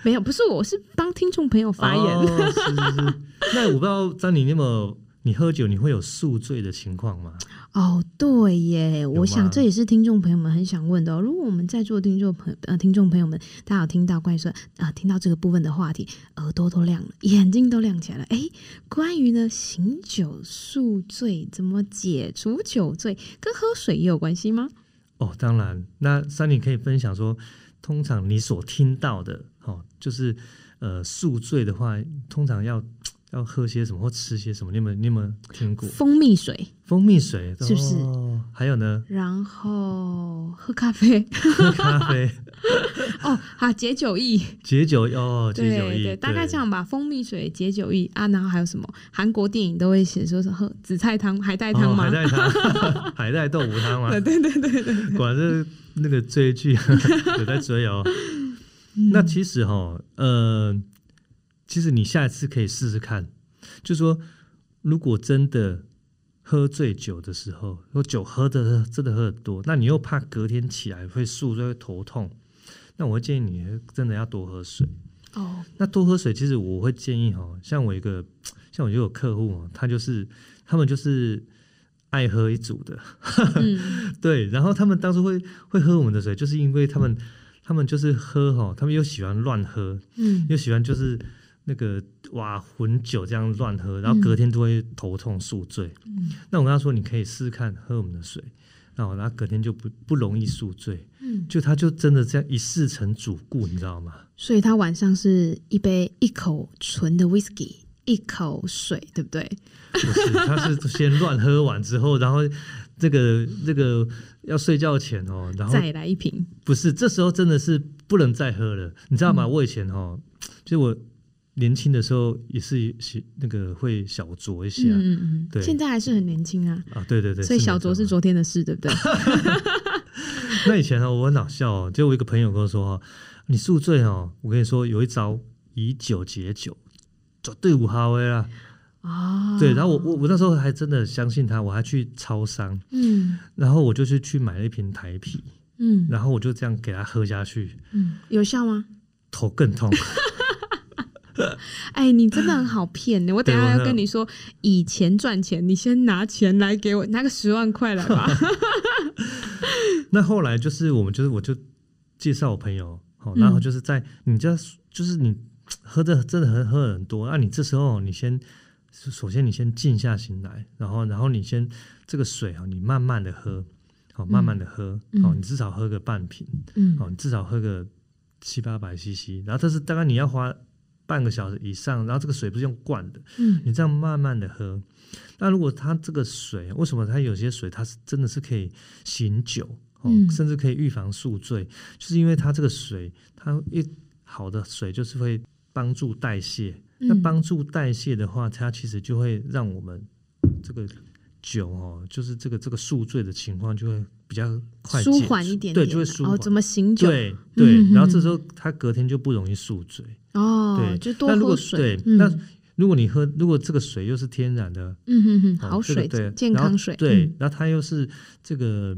C: 没有，不是我是帮听众朋友发言，
D: 哦、是是是，那我不知道张你有没有，你喝酒你会有宿醉的情况吗？
C: 哦，对耶，
D: 吗
C: 我想这也是听众朋友们很想问的、哦。如果我们在座的听众朋呃听众朋友们，大家有听到关于说呃听到这个部分的话题，耳朵都亮了，眼睛都亮起来了。诶，关于呢醒酒宿醉怎么解除酒醉，跟喝水也有关系吗？
D: 哦，当然，那三你可以分享说，通常你所听到的哦，就是呃宿醉的话，通常要要喝些什么或吃些什么？你有没有你有没有听过
C: 蜂蜜水，
D: 蜂蜜水？
C: 是不是，
D: 哦还有呢
C: 然后喝咖
D: [laughs]
C: 啡
D: 喝咖啡、 [laughs]
C: 哦，好解酒液，
D: 解酒哦，解酒
C: 对
D: 液，
C: 对，大概这样吧。蜂蜜水、解酒液啊，然后还有什么？韩国电影都会写说是喝紫菜汤、海带
D: 对。
C: 汤
D: 哦，
C: 吗？
D: 海带汤， [laughs] 海带豆腐汤嘛，
C: [laughs] 对对对对对，
D: 果然是那个追剧 [laughs] 有在追哦。那其实哈，呃，其实你下一次可以试试看，就说如果真的喝醉酒的时候，如果酒喝的真的喝的多，那你又怕隔天起来会宿醉、会头痛，那我会建议你真的要多喝水。
C: 哦，
D: 那多喝水，其实我会建议哈，像我一个，像我就有客户哦，他就是他们就是爱喝一组的，
C: 嗯，
D: 对，然后他们当初会会喝我们的水，就是因为他们他们就是喝哈，他们又喜欢乱喝，
C: 嗯，
D: 又喜欢就是那个哇混酒这样乱喝，然后隔天都会头痛宿醉。嗯、那我跟他说，你可以试试看喝我们的水，然后然后隔天就不不容易宿醉。
C: 嗯，
D: 就他就真的这样一试成主顾，你知道吗？ [laughs]
C: 所以他晚上是一杯一口纯的 whisky，一口水，对不对？
D: 不是，他是先乱喝完之后，然后这个这个要睡觉前哦，然后
C: 再来一瓶，
D: 不是，这时候真的是不能再喝了，你知道
C: 嗯
D: 吗？我以前哦，就是我年轻的时候也是是那个会小酌一下、
C: 嗯嗯嗯，
D: 啊对
C: 现在还是很年轻啊，
D: 啊，对对对，
C: 所以小酌是
D: 没错。
C: 昨天的事，对不
D: [laughs]
C: 对？
D: 那以前哦，我很好笑哦，就我一个朋友跟我说哦，你宿醉哦，我跟你说有一招以酒解酒，绝对无哈威啦。
C: 啊，
D: 对，然后我我我那时候还真的相信他，我还去超商，
C: 嗯
D: 然后我就去去买了一瓶台啤，
C: 嗯
D: 然后我就这样给他喝下去，
C: 嗯，有效吗？
D: 头更痛。
C: 哎，你真的很好骗欸
D: [laughs]
C: 呢！我等一
D: 对
C: 下
D: 我
C: 要跟你说，以前赚钱，你先拿钱来给我，拿个十万块来
D: [laughs]
C: 吧。
D: 那后来就是我们就是我就介绍我朋友，好、然后就是在你家就是你喝的真的很喝得很多，那、你这时候你先首先你先静下心来，然后然后你先这个水啊，你慢慢的喝，好、慢慢的喝，好、你至少喝个半瓶，哦
C: 嗯
D: 好、你至少喝个七八百 CC，然后但是大概你要花半个小时以上，然后这个水不是用灌的，
C: 嗯
D: 你这样慢慢的喝。那如果它这个水，为什么它有些水它是真的是可以醒酒，哦，
C: 嗯
D: 甚至可以预防宿醉，就是因为它这个水，它一好的水就是会帮助代谢。那
C: 嗯
D: 帮助代谢的话，它其实就会让我们这个酒哦，就是这个这个宿醉的情况就会比较快
C: 舒
D: 解
C: 缓
D: 除
C: 一点点啊，
D: 对，就会舒缓。
C: 哦，怎么醒酒？
D: 对对，
C: 嗯
D: 然后这时候他隔天就不容易宿醉。
C: 哦
D: 对，
C: 就多
D: 那如
C: 喝
D: 果
C: 水。
D: 对
C: 嗯
D: 那如果你喝，如果这个水又是天然的，
C: 嗯哼哼，
D: 哦
C: 好
D: 这个
C: 水，
D: 对
C: 健
D: 然后
C: 康水，嗯
D: 对，那它又是这个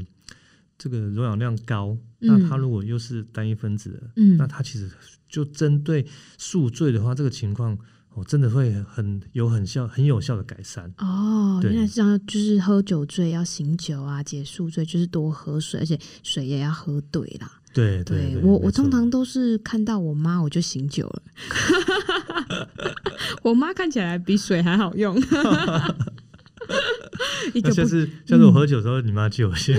D: 这个溶氧量高，
C: 嗯
D: 那它如果又是单一分子的，
C: 嗯，
D: 那
C: 嗯，
D: 它其实就针对宿醉的话，这个情况哦，真的会很有很效很有效的改善。
C: 哦，
D: 对
C: 原来是这样，就是喝酒醉要醒酒啊，解宿醉就是多喝水，而且水也要喝对啦。
D: 对
C: 对
D: 对，
C: 我，
D: 没
C: 我
D: 错
C: 通常都是看到我妈我就醒酒
D: [laughs]
C: 了，
E: 我妈看起来比水还好
D: [laughs]
E: 用，
C: 一个
D: 那下
C: 不嗯
D: 次下次我喝酒的时候，你妈借我
C: [laughs]
D: 一下。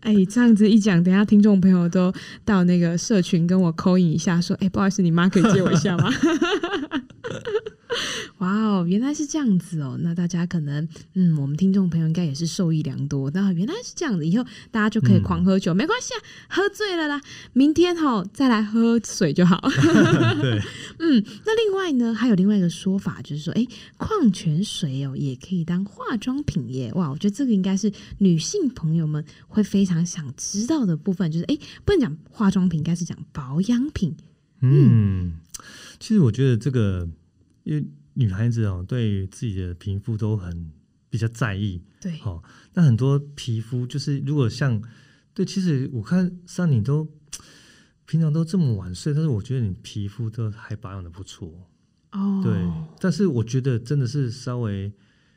E: 哎，这样子一讲，等一下听众朋友都到那个社群跟我扣引一下，说，哎，不好意思，你妈可以借我一下吗？
C: [laughs] 哇哦，原来是这样子哦。那大家可能，嗯，我们听众朋友应该也是受益良多。那原来是这样子，以后大家就可以狂喝酒，没关系啊，喝醉了啦，明天哈、再来喝水就好。 [laughs]
D: 对，
C: 嗯，那另外呢，还有另外一个说法，就是说，哎，矿泉水哦也可以当化妆品耶。哇，我觉得这个应该是女性朋友们会非常想知道的部分，就是哎，不能讲化妆品，应该是讲保养品。
D: 嗯，其实我觉得这个，因为女孩子哦，对于自己的皮肤都很比较在意。
C: 对，
D: 哦，那很多皮肤就是如果像对，其实我看像你都平常都这么晚睡，但是我觉得你皮肤都还保养的不错。
C: 哦，
D: 对，但是我觉得真的是稍微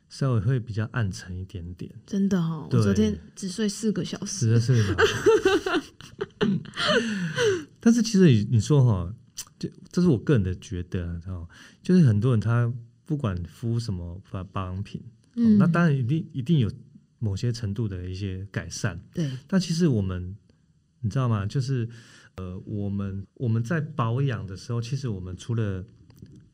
D: 稍微会比较暗沉一点点，
C: 真的哦，我
D: 对
C: 昨天只睡四个小时，
D: 十二岁嘛。 [laughs] 但是其实你你说哈，这这是我个人的觉得啊哦，就是很多人他不管敷什么保保养品，哦
C: 嗯，
D: 那当然一定一定有某些程度的一些改善，
C: 对，
D: 但其实我们，你知道吗？就是呃，我们我们在保养的时候，其实我们除了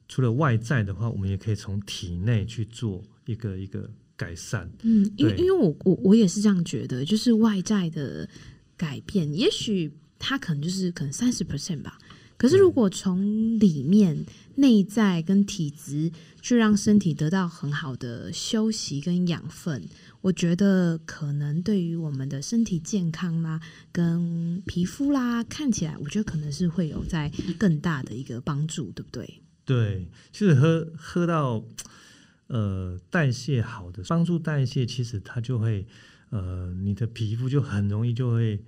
D: 除了外在的话，我们也可以从体内去做一个一个改善。
C: 嗯，因为因
D: 对
C: 为我我我也是这样觉得，就是外在的改变，也许它可能就是可能三十 percent 吧。可是如果从里面内在跟体质去让身体得到很好的休息跟养分，我觉得可能对于我们的身体健康啦、跟皮肤啦，看起来我觉得可能是会有在更大的一个帮助，对不对？
D: 对，其实喝喝到呃代谢好的，帮助代谢，其实它就会呃你的皮肤就很容易就会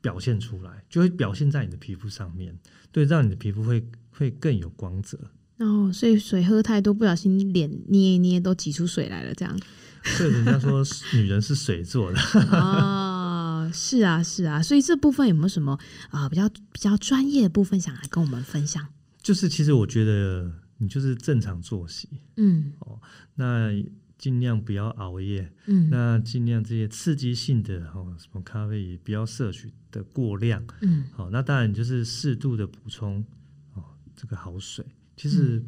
D: 表现出来，就会表现在你的皮肤上面，对，让你的皮肤会会更有光泽。
C: 哦，所以水喝太多，不小心脸捏一捏都挤出水来了，这样。
D: 所以人家说女人是水做的，
C: [laughs] 哦，是啊，是啊，所以这部分有没有什么啊、呃比较比较专业的部分想来跟我们分享？
D: 就是其实我觉得你就是正常作息，
C: 嗯
D: 那尽量不要熬夜，
C: 嗯
D: 那尽量这些刺激性的哦，什么咖啡也不要摄取的过量。
C: 嗯
D: 好、那当然你就是适度的补充哦，这个好水。其实，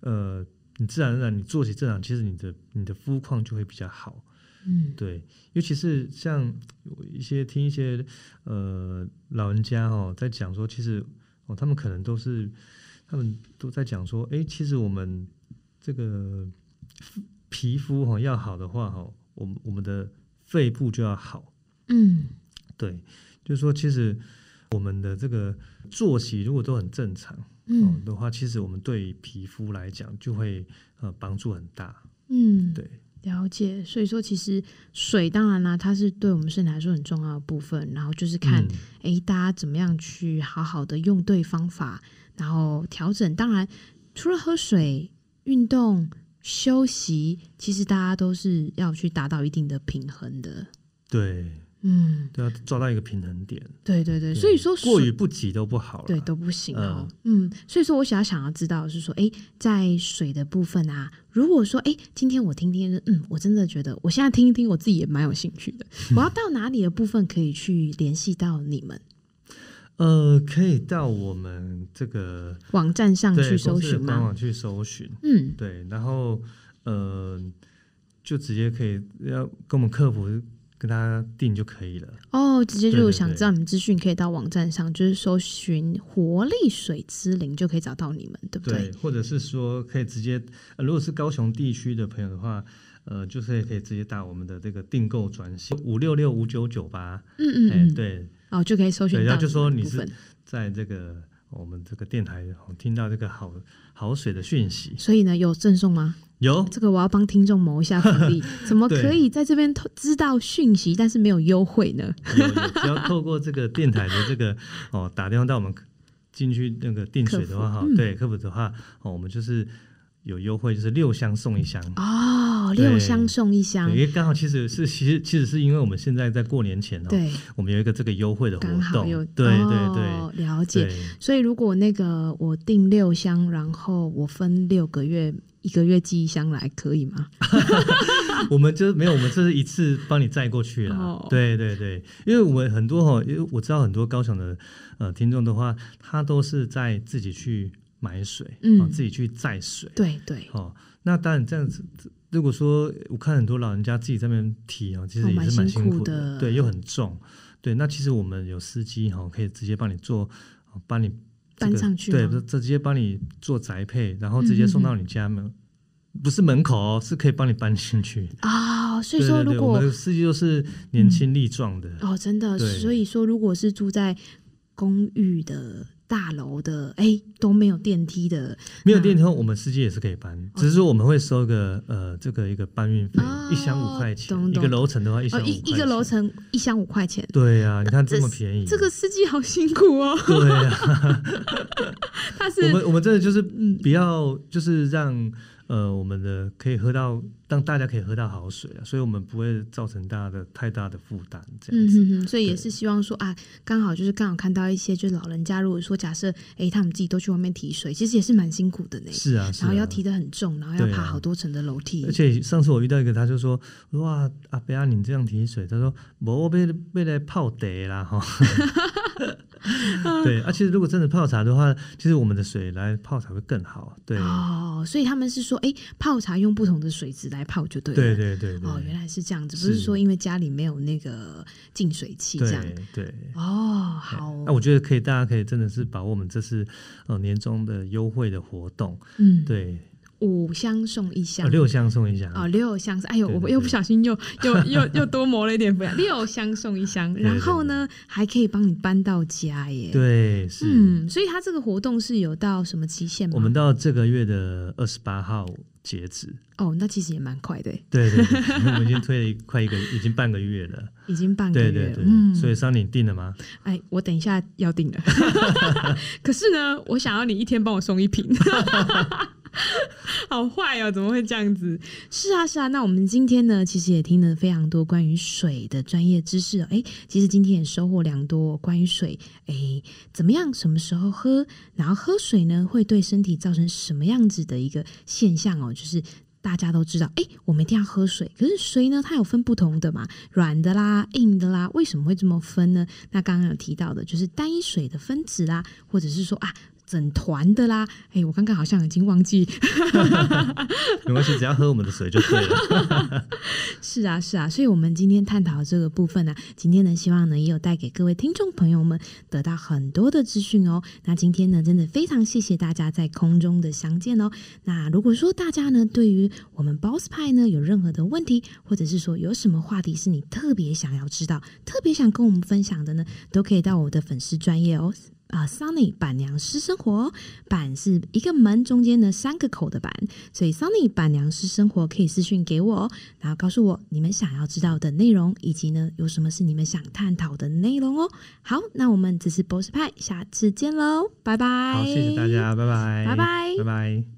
D: 呃，你自然而然你作息正常，其实你的你的肤况就会比较好。
C: 嗯
D: 对，尤其是像有一些听一些呃老人家哦，在讲说，其实哦，他们可能都是他们都在讲说，哎，其实我们这个皮肤哈、哦、要好的话哈、哦，我们我们的肺部就要好。
C: 嗯
D: 对，就是说，其实我们的这个作息如果都很正常、哦
C: 嗯
D: 的话，其实我们对于皮肤来讲就会呃帮助很大。
C: 嗯，
D: 对。
C: 了解。所以说，其实水当然啦，它是对我们身体来说很重要的部分。然后就是看
D: 嗯
C: 诶，大家怎么样去好好的用对方法，然后调整。当然，除了喝水、运动、休息，其实大家都是要去达到一定的平衡的。
D: 对，
C: 嗯，
D: 都要抓到一个平衡点。
C: 对对对，所以说
D: 过
C: 水
D: 于不及都不好了。
C: 对都不行哦。嗯，所以说我想要想要知道的是说，诶，在水的部分啊，如果说诶，今天我听听，嗯，我真的觉得我现在听一听，我自己也蛮有兴
D: [laughs]
C: 趣的。我要到哪里的部分可以去联系到你们
D: 呃，可以到我们这个
C: 网站上
D: 对
C: 去
D: 公
C: 搜
D: 司的
C: 寻
D: 官
C: 吗？
D: 网去搜寻，
C: 嗯，
D: 对，然后呃，就直接可以要跟我们客服跟他订就可以了。
C: 哦，直接就
D: 对
C: 有
D: 对
C: 想
D: 对
C: 知道你们资讯，可以到网站上，就是搜寻“活力水之灵”就可以找到你们，对不对？
D: 对，或者是说可以直接，呃如果是高雄地区的朋友的话，呃，就是可以直接打我们的这个订购专线五六六五九九八，
C: 嗯嗯
D: 哎
C: 嗯，，
D: 对，
C: 哦，就可以搜寻
D: 对
C: 到
D: 然
C: 们
D: 后就说
C: 的
D: 你
C: 部
D: 是
C: 分
D: 在这个我们这个电台哦听到这个好好水的讯息，
C: 所以呢，有赠送吗？
D: 有
C: 这个我要帮听众谋一下福
D: [laughs]
C: 利，怎么
D: 对
C: 可以在这边偷知道讯息，但是没有优惠呢？
D: [laughs] 有有，只要透过这个电台的这个哦打电话到我们进去那个订水的话
C: 客
D: 哈
C: 服，嗯
D: 对客服的话哦，我们就是有优惠，就是六箱送一箱。
C: 哦，
D: 对
C: 六箱送一
D: 对
C: 箱
D: 因，为刚好其实是其实其实是因为我们现在在过年前哦，
C: 对，
D: 我们有一个这个优惠的活
C: 刚好
D: 动
C: 有，
D: 对对对
C: 哦，了解。
D: 对
C: 所以如果那个我订六箱，然后我分六个月，一个月寄一箱来，可以吗？
D: 我们就是没有，我们这是一次帮你载过去了
E: 哦。
D: 对对对，因为我们很多哦哈，因为我知道很多高雄的呃听众的话，他都是在自己去买水，
C: 嗯
D: 哦自己去载水，
C: 对对，
D: 哦，那当然这样子。如果说我看很多老人家自己在那边提哦，其实
C: 哦
D: 也
C: 蛮
D: 是蛮
C: 辛
D: 辛
C: 苦
D: 苦
C: 的
D: 对，又很重，对。那其实我们有司机哈，可以直接帮你做，哦帮你这
C: 搬
D: 个
C: 上去
D: 对，
C: 吗嗯
D: 直直接帮你做宅配，然后直接送到你家门，不是门口哦，是可以帮你搬
C: [laughs]
D: 进去。
C: 啊、所以
D: 对
C: 说
D: 对
C: 如
D: 对，我
C: 果嗯
D: 们的司机都是年轻力壮的，
C: 哦，真的，
D: 对
C: 所以说如果是住在公寓的大楼的，哎、都没有电梯的，
D: 没有电梯，我们司机也是可以搬，只是说我们会收个呃这个一个搬运费
C: 哦，
D: 一箱五块钱
C: 懂，
D: 一个
C: 懂
D: 楼层的话一
C: 哦，
D: 箱
C: 一
D: 5块
C: 一个楼
D: 钱。
C: 层一箱五块钱，
D: 对呀，你看这么便宜，
E: 这个司机好辛苦哦，
D: [laughs] 对呀，
E: 他
D: 我
E: 是
D: 们我们真的就是不要就是让呃我们的可以喝到让大家可以喝到好水啊，所以我们不会造成大的太大的负担这样
C: 嗯
D: 子。
C: 哼哼，所以也
D: 对
C: 是希望说啊，刚好就是刚好看到一些就是老人家，如果说假设哎他们自己都去外面提水，其实也是蛮辛苦的呢。
D: 是啊，是
C: 然
D: 啊
C: 后要提的很重，然后要
D: 对啊
C: 爬好多层的楼梯，
D: 而且上次我遇到一个，他就说：“哇，阿伯啊，你这样提水，他说我我被被来泡茶啦哈。 [laughs] 吼”对，啊，其实如果真的泡茶的话，其实我们的水来泡茶会更好。啊对，
C: 哦，所以他们是说，哎，泡茶用不同的水质来泡就对了。
D: 对对对对，
C: 哦，原来是这样子，
D: 是
C: 不是说因为家里没有那个净水器这样。
D: 对对。
C: 哦，
D: 对
C: 好，
D: 那、我觉得可以，大家可以真的是把握我们这次呃年终的优惠的活动，
C: 嗯，，
D: 对，
C: 五箱送一
D: 呃
C: 箱，
D: 六箱送一箱，
C: 哦，六箱是，哎呦，
D: 嗯对
C: 我
D: 对对
C: 又不小心
D: [laughs]
C: 又又又又多磨了一点分量，六箱送一箱，
D: 对
C: 然后呢还可以帮你搬到家耶。，
D: 对，是、
C: 嗯，所以它这个活动是有到什么期限吗？
D: 我们到这个月的二十八号截止，
C: 哦，那其实也蛮快的耶，
D: 对对对， [laughs] 我们已经推了一快一个，已经半个月了。
C: 已经半个月
D: 对
C: 了。
D: 对对，
C: 嗯，
D: 所以桑你定了吗？
E: 哎，我等一下要订了，可是呢，我想要你一天帮我送一
C: [laughs]
E: 瓶。好坏哦，怎么会这样子？
C: 是啊，是啊。那我们今天呢，其实也听了非常多关于水的专业知识哦。哎，其实今天也收获良多关于水，哎，怎么样，什么时候喝，然后喝水呢会对身体造成什么样子的一个现象哦，就是。大家都知道，哎，我们一定要喝水。可是水呢，它有分不同的嘛，软的啦、硬的啦，为什么会这么分呢？那刚刚有提到的，就是单一水的分子啦，或者是说啊，整团的啦。哎，我刚刚好像已经忘记 [laughs]
D: 没关系，只要喝我们的水就对
C: [laughs]
D: 了。
C: 是啊，是啊，所以我们今天探讨的这个部分呢、今天呢，希望呢也有带给各位听众朋友们得到很多的资讯哦。那今天呢，真的非常谢谢大家在空中的相见哦。那如果说大家呢对于我们 Boss 派呢有任何的问题，或者是说有什么话题是你特别想要知道、特别想跟我们分享的呢，都可以到我的粉丝专业哦。啊、s u n n y 板娘私生活哦、板是一个门中间呢三个口的板，所以 Sunny 板娘私生活可以私讯给我哦。然后告诉我你们想要知道的内容，以及呢有什么是你们想探讨的内容哦。好，那我们这是博士派，下次见喽，拜拜。
D: 好，谢谢大，家，拜拜，
C: 拜拜
D: 拜拜。